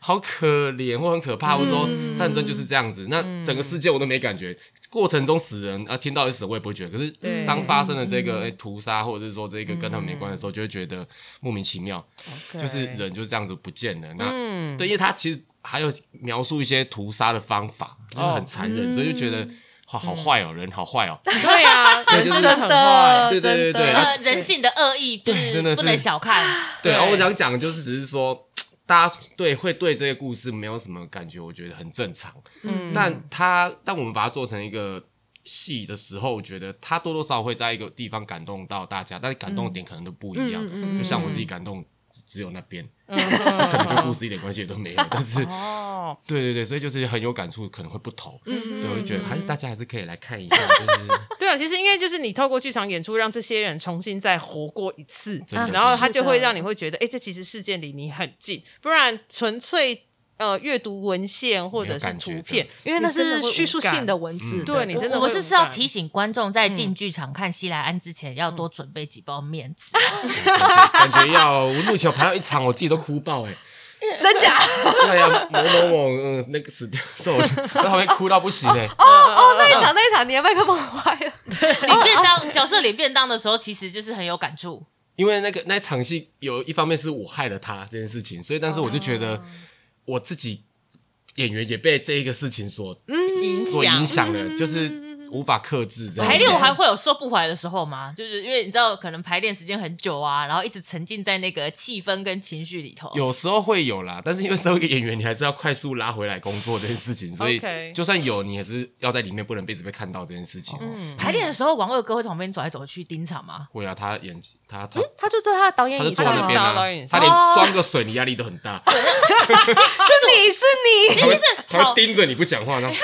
[SPEAKER 6] 好可怜或很可
[SPEAKER 2] 嗯
[SPEAKER 6] 怕，或者说战争就是这样子。那整个世界我都没感觉，过程中死人啊，听到也死我也不会觉得。可是
[SPEAKER 2] 对嗯
[SPEAKER 6] 当发生了这个、诶哎屠杀，或者是说这个跟他们没关的时候，就会觉得莫名其妙，就是人啊就这样子不见了。那、
[SPEAKER 2] 嗯，
[SPEAKER 6] 对，因为他其实还有描述一些屠杀的方法，就是很残忍，
[SPEAKER 2] 哦
[SPEAKER 6] 所以就觉得。
[SPEAKER 2] 嗯
[SPEAKER 6] 好好坏哦，人好坏哦，
[SPEAKER 2] 对啊，人
[SPEAKER 6] 对就是
[SPEAKER 2] 真的
[SPEAKER 1] 真
[SPEAKER 2] 很坏
[SPEAKER 1] 的，
[SPEAKER 6] 对对
[SPEAKER 1] 真
[SPEAKER 6] 对对
[SPEAKER 1] 的
[SPEAKER 6] 啊
[SPEAKER 5] 呃，人性的恶意就
[SPEAKER 6] 对
[SPEAKER 5] 是
[SPEAKER 6] 真的是
[SPEAKER 5] 不能小看，
[SPEAKER 6] 对，
[SPEAKER 2] 对
[SPEAKER 6] 然后我想讲的就是只是说，大家对会对这个故事没有什么感觉，我觉得很正常。
[SPEAKER 2] 嗯
[SPEAKER 6] 但他但我们把它做成一个戏的时候，我觉得他多多少少会在一个地方感动到大家，但是感动的点可能都不一样。
[SPEAKER 1] 嗯嗯
[SPEAKER 6] 就像我自己感动。只只有那边，可能跟故事一点关系也都没有。但是，
[SPEAKER 2] 哦，
[SPEAKER 6] 对对对，所以就是很有感触，可能会不同。对，我就觉得还是大家还是可以来看一下，就是
[SPEAKER 2] 对啊，其实应该就是你透过剧场演出，让这些人重新再活过一次，
[SPEAKER 6] 真的
[SPEAKER 2] 啊然后他
[SPEAKER 1] 是
[SPEAKER 2] 就
[SPEAKER 1] 的
[SPEAKER 2] 会让你会觉得，哎、这其实事件离你很近，不然纯粹呃阅读文献或者
[SPEAKER 6] 有
[SPEAKER 2] 是
[SPEAKER 6] 感觉
[SPEAKER 2] 图片
[SPEAKER 6] 的，
[SPEAKER 1] 因为那
[SPEAKER 2] 你真的
[SPEAKER 1] 是
[SPEAKER 2] 会
[SPEAKER 1] 叙述
[SPEAKER 2] 无感
[SPEAKER 1] 性的文字。
[SPEAKER 6] 嗯
[SPEAKER 2] 对你真的
[SPEAKER 5] 我
[SPEAKER 2] 会
[SPEAKER 5] 我是不
[SPEAKER 2] 无
[SPEAKER 5] 是要
[SPEAKER 2] 感
[SPEAKER 5] 提醒观众，
[SPEAKER 2] 嗯
[SPEAKER 5] 在进剧场看西莱安之前，要多准备几包面纸？
[SPEAKER 6] 感觉要我目前排到一场，我自己都哭爆哎、
[SPEAKER 1] 真假？
[SPEAKER 6] 哎呀，某某某，嗯，那个死掉，是我在旁边哭到不行哎、
[SPEAKER 1] 哦哦，那一场那一场，你的麦克风坏了。
[SPEAKER 5] 领便
[SPEAKER 6] 哦
[SPEAKER 5] 当角色领便当的时候，其实就是很有感触。
[SPEAKER 6] 因为那个那场戏有一方面是我害了他这件事情，所以但是我就觉得我自己演员也被这一个事情所
[SPEAKER 2] 影
[SPEAKER 6] 所影
[SPEAKER 2] 响。
[SPEAKER 6] 响了，就是无法克制这样。
[SPEAKER 5] 排练我还会有说不怀的时候吗？就是因为你知道，可能排练时间很久啊，然后一直沉浸在那个气氛跟情绪里头。
[SPEAKER 6] 有时候会有啦，但是因为身为一个演员，你还是要快速拉回来工作这件事情，所以
[SPEAKER 2] OK
[SPEAKER 6] 就算有，你也是要在里面不能被一直被看到这件事情。哦
[SPEAKER 5] 排练的时候，王二哥会在旁边走来走去盯场吗？
[SPEAKER 6] 会啊，他演他他
[SPEAKER 1] 他就坐他的导演
[SPEAKER 6] 他就
[SPEAKER 1] 椅
[SPEAKER 6] 坐
[SPEAKER 1] 上
[SPEAKER 6] 那
[SPEAKER 1] 啊，
[SPEAKER 6] 边
[SPEAKER 2] 导演
[SPEAKER 6] 啊
[SPEAKER 2] 椅，
[SPEAKER 6] 他
[SPEAKER 2] 上
[SPEAKER 6] 连装个水泥压力都很大，
[SPEAKER 1] 是你是 你，
[SPEAKER 6] 他会
[SPEAKER 5] 是
[SPEAKER 6] 他
[SPEAKER 5] 好
[SPEAKER 6] 会盯着你不讲话，然后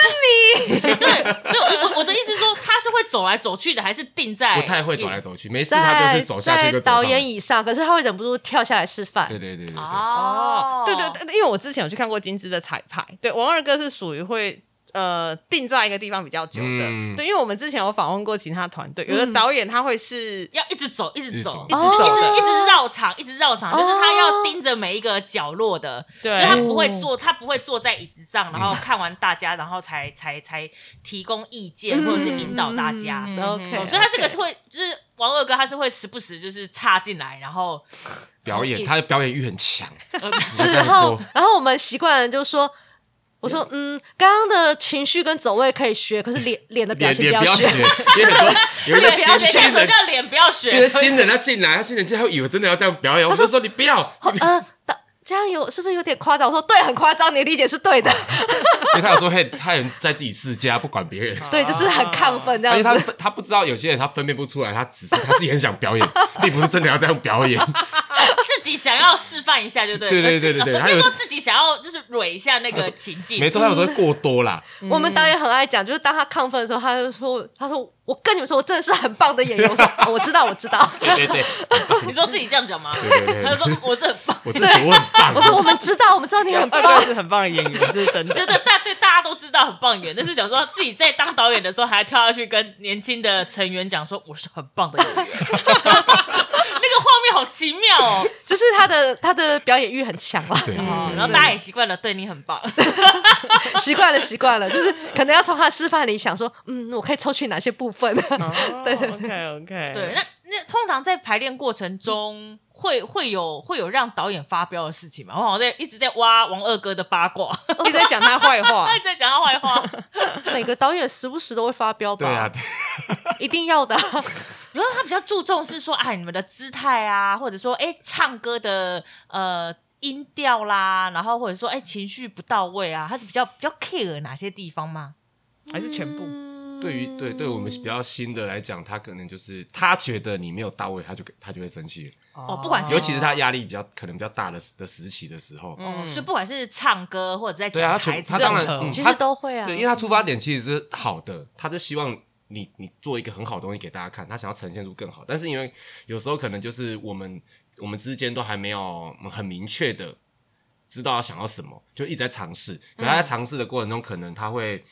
[SPEAKER 5] 对，没有我我我的意思是说，他是会走来走去的，还是定在
[SPEAKER 6] 不太会走来走去，没事他就
[SPEAKER 1] 哎在
[SPEAKER 6] 是走下去
[SPEAKER 1] 在
[SPEAKER 6] 跟
[SPEAKER 1] 导演
[SPEAKER 6] 椅。
[SPEAKER 1] 椅上，可是他会忍不住跳下来示
[SPEAKER 6] 对
[SPEAKER 1] 范。
[SPEAKER 6] 对对对对。
[SPEAKER 5] 哦
[SPEAKER 2] 哦，，对对，对，因为我之前有去看过金枝的彩排，对，王二哥是属于会。呃，定在一个地方比较久的，
[SPEAKER 6] 嗯
[SPEAKER 2] 对，因为我们之前有访问过其他团队，有的导演他会是
[SPEAKER 5] 要一直走，一直走，
[SPEAKER 6] 一
[SPEAKER 5] 一
[SPEAKER 6] 直
[SPEAKER 5] 直
[SPEAKER 2] 走
[SPEAKER 5] 一
[SPEAKER 2] 哦
[SPEAKER 5] 直哦一直绕场，一直绕场，
[SPEAKER 1] 哦
[SPEAKER 5] 就是他要盯着每一个角落的，
[SPEAKER 2] 对
[SPEAKER 5] 就他不会坐，他不会坐在椅子上，然后看完大家，然后才才才提供意见或者是引导大家。
[SPEAKER 2] 嗯
[SPEAKER 5] 哦
[SPEAKER 1] OK，
[SPEAKER 5] 所以他这个是会，就是王二哥，他是会时不时就是插进来，然后
[SPEAKER 6] 表
[SPEAKER 5] 从
[SPEAKER 6] 演，
[SPEAKER 5] 一
[SPEAKER 6] 他的表演欲很 强。
[SPEAKER 5] 呃
[SPEAKER 6] 这
[SPEAKER 1] 哦之
[SPEAKER 6] 样
[SPEAKER 1] 后
[SPEAKER 6] 说，
[SPEAKER 1] 然后我们习惯了就说。我说，嗯，刚刚的情绪跟走位可以学，可是脸脸的 表
[SPEAKER 6] 脸
[SPEAKER 1] 情
[SPEAKER 6] 脸不要
[SPEAKER 1] 学
[SPEAKER 6] 学，。 因为很多有一
[SPEAKER 1] 真的
[SPEAKER 6] 个
[SPEAKER 1] 不要
[SPEAKER 6] 新
[SPEAKER 1] 学
[SPEAKER 5] 等一下
[SPEAKER 6] 新
[SPEAKER 5] 什么
[SPEAKER 6] 人，
[SPEAKER 5] 叫脸不要
[SPEAKER 6] 有一个
[SPEAKER 5] 学？
[SPEAKER 6] 新人他进来，他新人进来，他以为真的要这样表演，我就说你不要，
[SPEAKER 1] 哦呃，打这样有是不是有点夸张？我说对，很夸张，你的理解是对 的。
[SPEAKER 6] 因为他有时候会，他很在自己世家，不管别人。
[SPEAKER 1] 对，就是很亢哦奋这
[SPEAKER 6] 啊而且他
[SPEAKER 1] 样子。
[SPEAKER 6] 他不知道有些人他分辨不出来，他只是他自己很想表演，并不是真的要这样 表演。
[SPEAKER 5] 自己想要示范一下，就对了。
[SPEAKER 6] 对对对对对
[SPEAKER 5] 呃
[SPEAKER 6] 他
[SPEAKER 5] 应
[SPEAKER 6] 有
[SPEAKER 5] 该说自己想要就是蕊一下那个情境。
[SPEAKER 6] 没错，他有时候会过 多啦，
[SPEAKER 1] 我们导演很爱讲，就是当他亢奋的时候，他就说：“他说我跟你们说，我真的是很棒的演员。”我 说：“哦我知道，我知道。
[SPEAKER 6] 对对对，
[SPEAKER 5] 你说自己这样讲吗？
[SPEAKER 6] 对对对
[SPEAKER 5] 他就说我是很棒，
[SPEAKER 6] 我真的觉得我很”棒。
[SPEAKER 1] 我说：“我们知道，我们知道你很
[SPEAKER 2] 二哥
[SPEAKER 1] 棒。
[SPEAKER 2] 是很棒的演员，这是真
[SPEAKER 5] 觉
[SPEAKER 2] 的。
[SPEAKER 5] 得大对大家都知道很棒演，但是想说自己在当导演的时候，还跳下去跟年轻的成员讲说我是很棒的演员， 那个画面好奇妙哦。”
[SPEAKER 1] 就是他的他的表演欲很强啊了，
[SPEAKER 6] 对，对啊
[SPEAKER 5] 哦
[SPEAKER 6] 嗯对
[SPEAKER 5] 然后大家也习惯了，对你很棒。
[SPEAKER 1] 习惯了，习惯了，就是可能要从他的示范里想说：“嗯，我可以抽取哪些部分
[SPEAKER 6] 哦
[SPEAKER 2] 对，OK OK，
[SPEAKER 5] 对，那那通常在排练过程中会会有会有让导演发飙的事情吗？我好像在一直在挖王二哥的八卦，
[SPEAKER 2] 一直在讲他坏 话
[SPEAKER 5] 一，直在讲他坏话。？”
[SPEAKER 1] 每个导演时不时都会发飙吧，
[SPEAKER 6] 对啊，对
[SPEAKER 1] 一定要 的。
[SPEAKER 5] 然后他比较注重是说，哎，你们的姿态啊，或者说，哎，唱歌的呃音调啦，然后或者说，哎，情绪不到位啊，他是比较比较 care 哪些地方吗？
[SPEAKER 2] 还是全部？
[SPEAKER 6] 对于对对我们比较新的来讲，他可能就是他觉得你没有到位，他就他就会生气了。
[SPEAKER 5] 哦，不管是
[SPEAKER 6] 尤其是他压力比较可能比较大的时的时期的时候，
[SPEAKER 1] 嗯
[SPEAKER 5] 哦，所以不管是唱歌或者在
[SPEAKER 6] 对
[SPEAKER 5] 讲
[SPEAKER 6] 啊，他
[SPEAKER 5] 台
[SPEAKER 6] 全
[SPEAKER 5] 词
[SPEAKER 6] 他
[SPEAKER 5] 的
[SPEAKER 6] 当
[SPEAKER 5] 时
[SPEAKER 6] 然、
[SPEAKER 5] 候，
[SPEAKER 6] 嗯、
[SPEAKER 1] 其
[SPEAKER 6] 他
[SPEAKER 1] 实都会啊
[SPEAKER 6] 对，因为他出发点其实是好的，他就希望你你做一个很好的东西给大家看，他想要呈现出更好，但是因为有时候可能就是我们我们之间都还没有很明确的知道想要什么，就一直在尝试，可
[SPEAKER 1] 嗯
[SPEAKER 6] 他在尝试的过程中，可能他会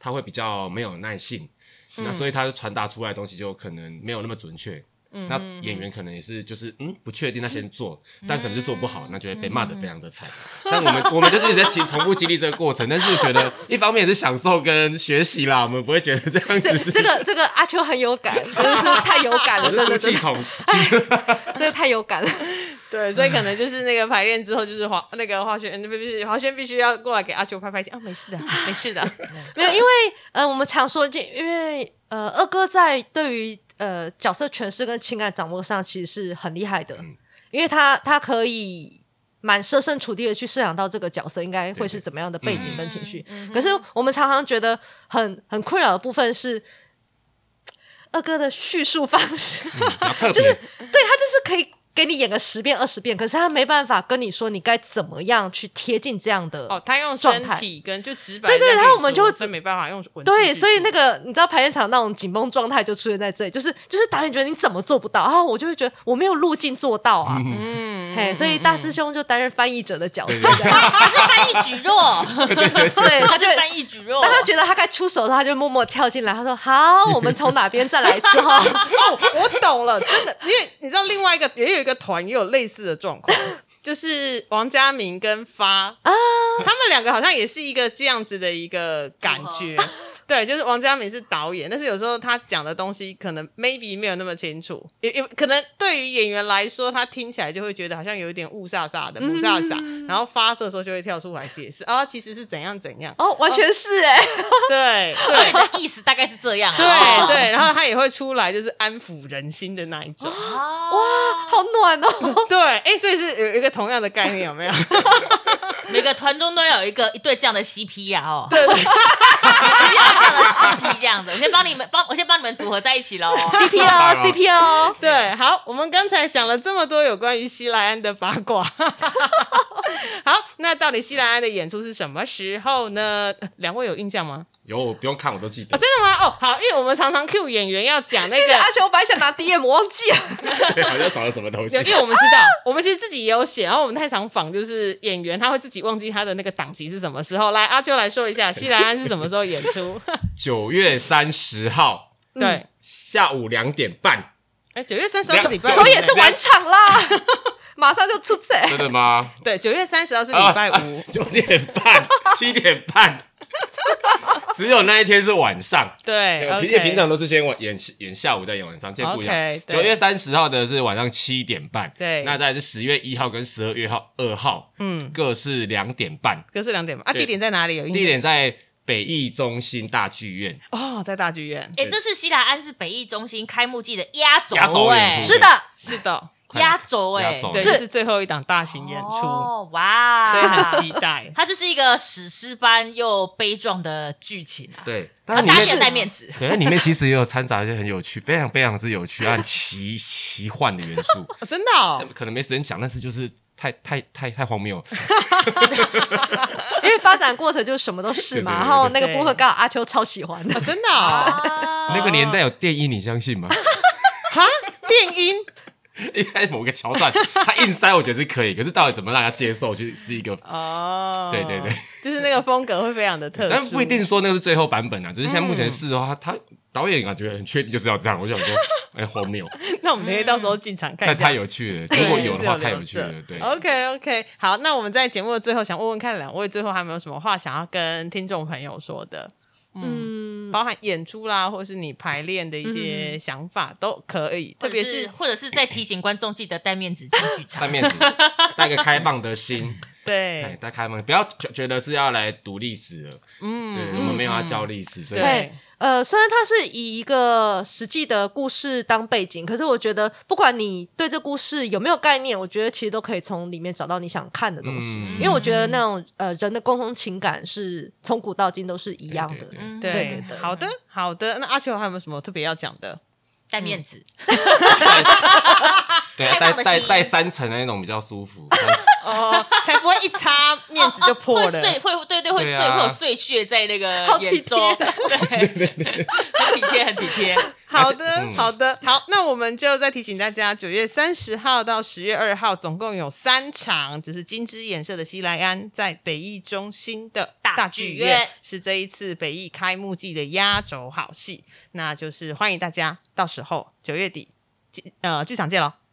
[SPEAKER 6] 他会比较没有耐性，
[SPEAKER 2] 嗯
[SPEAKER 6] 那所以他就传达出来的东西就可能没有那么准确。
[SPEAKER 2] 嗯
[SPEAKER 6] 那演员可能也是，就是嗯不确定，他先做，但可能就做不好，那就会被骂的非常的
[SPEAKER 2] 嗯
[SPEAKER 6] 惨。但我们我们就是一直在经同步经历这个过程，但是觉得一方面也是享受跟学习啦，我们不会觉得这样
[SPEAKER 1] 这
[SPEAKER 6] 子 是
[SPEAKER 1] 这个这个阿秋很有感，真的是太有感了，
[SPEAKER 6] 我
[SPEAKER 1] 真的
[SPEAKER 6] 是出
[SPEAKER 1] 真
[SPEAKER 6] 系
[SPEAKER 1] 的，
[SPEAKER 6] 统，
[SPEAKER 1] 真的太有感了。
[SPEAKER 2] 对，所以可能就是那个排练之后，就是华那个华轩，不是华轩必须要过来给阿秋拍拍肩啊，没 事的，没事的。
[SPEAKER 1] 没有，因为呃，我们常说，就因为呃，二哥在对于呃角色诠释跟情感掌握上，其实是很厉害的，因为他他可以蛮设身处地的去设想到这个角色应该会是怎么样的背景跟情绪。可是我们常常觉得很很困扰的部分是。二哥的叙述方式，
[SPEAKER 6] 啊比较特别，
[SPEAKER 1] 对他就是可以给你演个十遍二十遍，可是他没办法跟你说你该怎么样去贴近这样的
[SPEAKER 2] 哦，他用
[SPEAKER 1] 状
[SPEAKER 2] 身
[SPEAKER 1] 态
[SPEAKER 2] 体跟就直白
[SPEAKER 1] 对
[SPEAKER 2] 地
[SPEAKER 1] 对
[SPEAKER 2] 跟你说，
[SPEAKER 1] 然后我们就
[SPEAKER 2] 真没办法用文字
[SPEAKER 1] 对，
[SPEAKER 2] 去
[SPEAKER 1] 所以
[SPEAKER 2] 说
[SPEAKER 1] 那个你知道排练场那种紧绷状态就出现在这里，就是就是导演觉得你怎么做不到，然后我就会觉得我没有路径做到啊，
[SPEAKER 2] 嗯
[SPEAKER 1] 嘿，所以大师兄就担任翻译者的角色，
[SPEAKER 6] 对对
[SPEAKER 1] 这样
[SPEAKER 5] 他是翻译举弱，
[SPEAKER 1] 对，他就会。
[SPEAKER 5] 翻译举弱，
[SPEAKER 1] 当他觉得他该出手的时候，他就默默跳进来。他说：“好，我们从哪边再来一次哈。
[SPEAKER 2] 哦，我懂了，真的，因为你知道，另外一个也有一个团也有类似的状况，就是王家明跟发啊，他们两个好像也是一个这样子的一个感觉。对，就是王家明是导演，但是有时候他讲的东西可能 maybe 没有那么清楚，也也可能对于演员来说，他听起来就会觉得好像有一点雾煞煞的，不飒飒，然后发射的时候就会跳出来解释啊，其实是怎样怎样”。
[SPEAKER 1] 哦，完全是哎、
[SPEAKER 2] 对
[SPEAKER 5] 对
[SPEAKER 2] 对
[SPEAKER 5] 你的意思大概是 这样啊，
[SPEAKER 2] 对对，然后他也会出来就是安抚人心的那一种。
[SPEAKER 5] 哇，
[SPEAKER 1] 好暖哦。
[SPEAKER 2] 对，哎、所以是有一个同样的概念，有没 有？
[SPEAKER 5] 每个团中都要有一个一对这样的 CP 呀、哦， 对，一定要有这样的 CP 这样的，我先帮你们帮，我先帮你们组合在一起喽。
[SPEAKER 1] CP 哦，CP 哦，
[SPEAKER 2] 对，好，我们刚才讲了这么多有关于西莱安的八卦， 好，那到底西莱安的演出是什么时候呢？呃两位有印象吗？
[SPEAKER 6] 有我不用看我都记
[SPEAKER 2] 啊、
[SPEAKER 6] 得
[SPEAKER 2] 真。的吗？哦，好，因为我们常常 Q 演员要讲那
[SPEAKER 1] 谢谢
[SPEAKER 2] 个
[SPEAKER 6] 啊
[SPEAKER 1] 阿。雄，我本来想拿 DM，我忘记了。
[SPEAKER 6] 对好像少了什么东西
[SPEAKER 2] 有，。因为我们知道，我们其实自己也有写，然哦后我们太常访就是演员，他会自己忘记他的那个档期是什么时候。来，阿秋来说一下，西莱安是什么时候演出？
[SPEAKER 6] 九月三十号
[SPEAKER 2] 对，哎、
[SPEAKER 6] 下午两点半，
[SPEAKER 2] 九月三十号是礼拜五，
[SPEAKER 1] 所以也是晚场啦， 马上就出贼。
[SPEAKER 6] 真的吗？
[SPEAKER 2] 对，九月三十号是礼
[SPEAKER 6] 啊
[SPEAKER 2] 拜五。
[SPEAKER 6] 啊 九点 半、七点半，只有那一天是晚 上。
[SPEAKER 2] 对
[SPEAKER 6] 对，我
[SPEAKER 2] OK
[SPEAKER 6] 平也平常都是先晚演演下午，再演晚上，现在不一样
[SPEAKER 2] OK，。对
[SPEAKER 6] 九月三十号的是晚上七点半，
[SPEAKER 2] 对
[SPEAKER 6] 那再来是十月一号跟十二月号二号，
[SPEAKER 2] 嗯，
[SPEAKER 6] 各是两点半，
[SPEAKER 2] 各是两点嘛。啊，
[SPEAKER 6] 对
[SPEAKER 2] 地点在哪里？有印象
[SPEAKER 6] 地点在北艺中心大剧院。
[SPEAKER 2] 哦，在大剧 院。
[SPEAKER 5] 哎、这次西莱安是北艺中心开幕季的压轴、
[SPEAKER 6] 压轴
[SPEAKER 5] 哎
[SPEAKER 6] 演，出
[SPEAKER 1] 是的，
[SPEAKER 2] 是的，
[SPEAKER 6] 哦
[SPEAKER 5] 压轴哎
[SPEAKER 6] 压，轴
[SPEAKER 2] 对，
[SPEAKER 1] 是
[SPEAKER 2] 这是最后一档大型演出，
[SPEAKER 5] 哦，哇，。
[SPEAKER 2] 所以很期待
[SPEAKER 5] 它就是一个史诗般又悲壮的剧情啊，
[SPEAKER 6] 对，
[SPEAKER 5] 啊
[SPEAKER 6] 那里
[SPEAKER 5] 大家也
[SPEAKER 6] 面
[SPEAKER 5] 戴面纸，
[SPEAKER 6] 对，那里面其实也有掺杂一些很有趣， 非常非常之有趣，很奇奇幻的元 素。
[SPEAKER 2] 哦真的 哦，
[SPEAKER 6] 可能没时间讲，但是就是太太太太荒谬了。
[SPEAKER 1] 因为发展过程就是什么都是嘛，
[SPEAKER 6] 对对
[SPEAKER 1] 然
[SPEAKER 6] 对
[SPEAKER 1] 后那个部分刚好阿秋超喜欢的
[SPEAKER 2] 哦，真的哦，
[SPEAKER 6] 那个年代有电音，你相信吗？
[SPEAKER 2] 哈，电音
[SPEAKER 6] 一开始某个桥段，他硬塞，我觉得是可以，可是到底怎么让他接受，就是是一个。
[SPEAKER 2] 哦，
[SPEAKER 6] 对对对，
[SPEAKER 2] 就是那个风格会非常的特
[SPEAKER 6] 但
[SPEAKER 2] 殊，
[SPEAKER 6] 不一定说那是最后版本啊，只是现在目前是的话，他他导演感觉很确定就是要这样。我想说，哎，荒谬，
[SPEAKER 2] 那我们可以到时候进场看
[SPEAKER 6] 但
[SPEAKER 2] 一下
[SPEAKER 6] 太。有趣了。
[SPEAKER 2] 对
[SPEAKER 6] 如果有的话，
[SPEAKER 2] 是
[SPEAKER 6] 太有趣了。对，
[SPEAKER 2] OK OK，好，那我们在节目的最后，想问问看两位，最后还有没有什么话想要跟听众朋友说的？
[SPEAKER 1] 嗯，
[SPEAKER 2] 包含演出啦，或是你排练的一些想法都可以，特
[SPEAKER 5] 嗯或者
[SPEAKER 2] 别
[SPEAKER 5] 是
[SPEAKER 2] 是
[SPEAKER 5] 或者是在提醒观众记得戴面纸进剧场
[SPEAKER 6] 戴。面子，带个开放的心，哎，
[SPEAKER 2] 对，
[SPEAKER 6] 带开放，不要觉觉得是要来读历史了。对，我
[SPEAKER 2] 嗯，
[SPEAKER 6] 们没有要教历史，所以
[SPEAKER 2] 对
[SPEAKER 1] 对。呃，虽然它是以一个实际的故事当背景，可是我觉得不管你对这故事有没有概念，我觉得其实都可以从里面找到你想看的东西。
[SPEAKER 6] 嗯
[SPEAKER 1] 因为我觉得那种呃人的共同情感是从古到今都是一样的。
[SPEAKER 6] 对对
[SPEAKER 5] 嗯，
[SPEAKER 2] 对
[SPEAKER 1] 对对
[SPEAKER 2] 好的好的。那阿秋还有没有什么特别要讲的？
[SPEAKER 5] 戴面纸，
[SPEAKER 6] 对，
[SPEAKER 5] 开
[SPEAKER 6] 带
[SPEAKER 5] 放的
[SPEAKER 6] 带
[SPEAKER 5] 心
[SPEAKER 6] 带三层的那种比较舒服。
[SPEAKER 2] 哦，才不会一擦面子就破
[SPEAKER 5] 哦会
[SPEAKER 2] 了。
[SPEAKER 5] 碎，会对对会
[SPEAKER 6] 对
[SPEAKER 5] 碎，
[SPEAKER 6] 啊
[SPEAKER 5] 会有碎屑在那个
[SPEAKER 1] 好体
[SPEAKER 5] 眼中， 对，很体贴，很体贴。
[SPEAKER 2] 好的，
[SPEAKER 6] 嗯
[SPEAKER 2] 好的，好，那我们就再提醒大家，九月三十号到十月二号，总共有三场，就是金枝演社的西莱安在北艺中心的
[SPEAKER 5] 大
[SPEAKER 2] 剧
[SPEAKER 5] 剧院
[SPEAKER 2] 是这一次北艺开幕季的压轴好戏，那就是欢迎大家到时候九月底，剧呃，剧场见喽。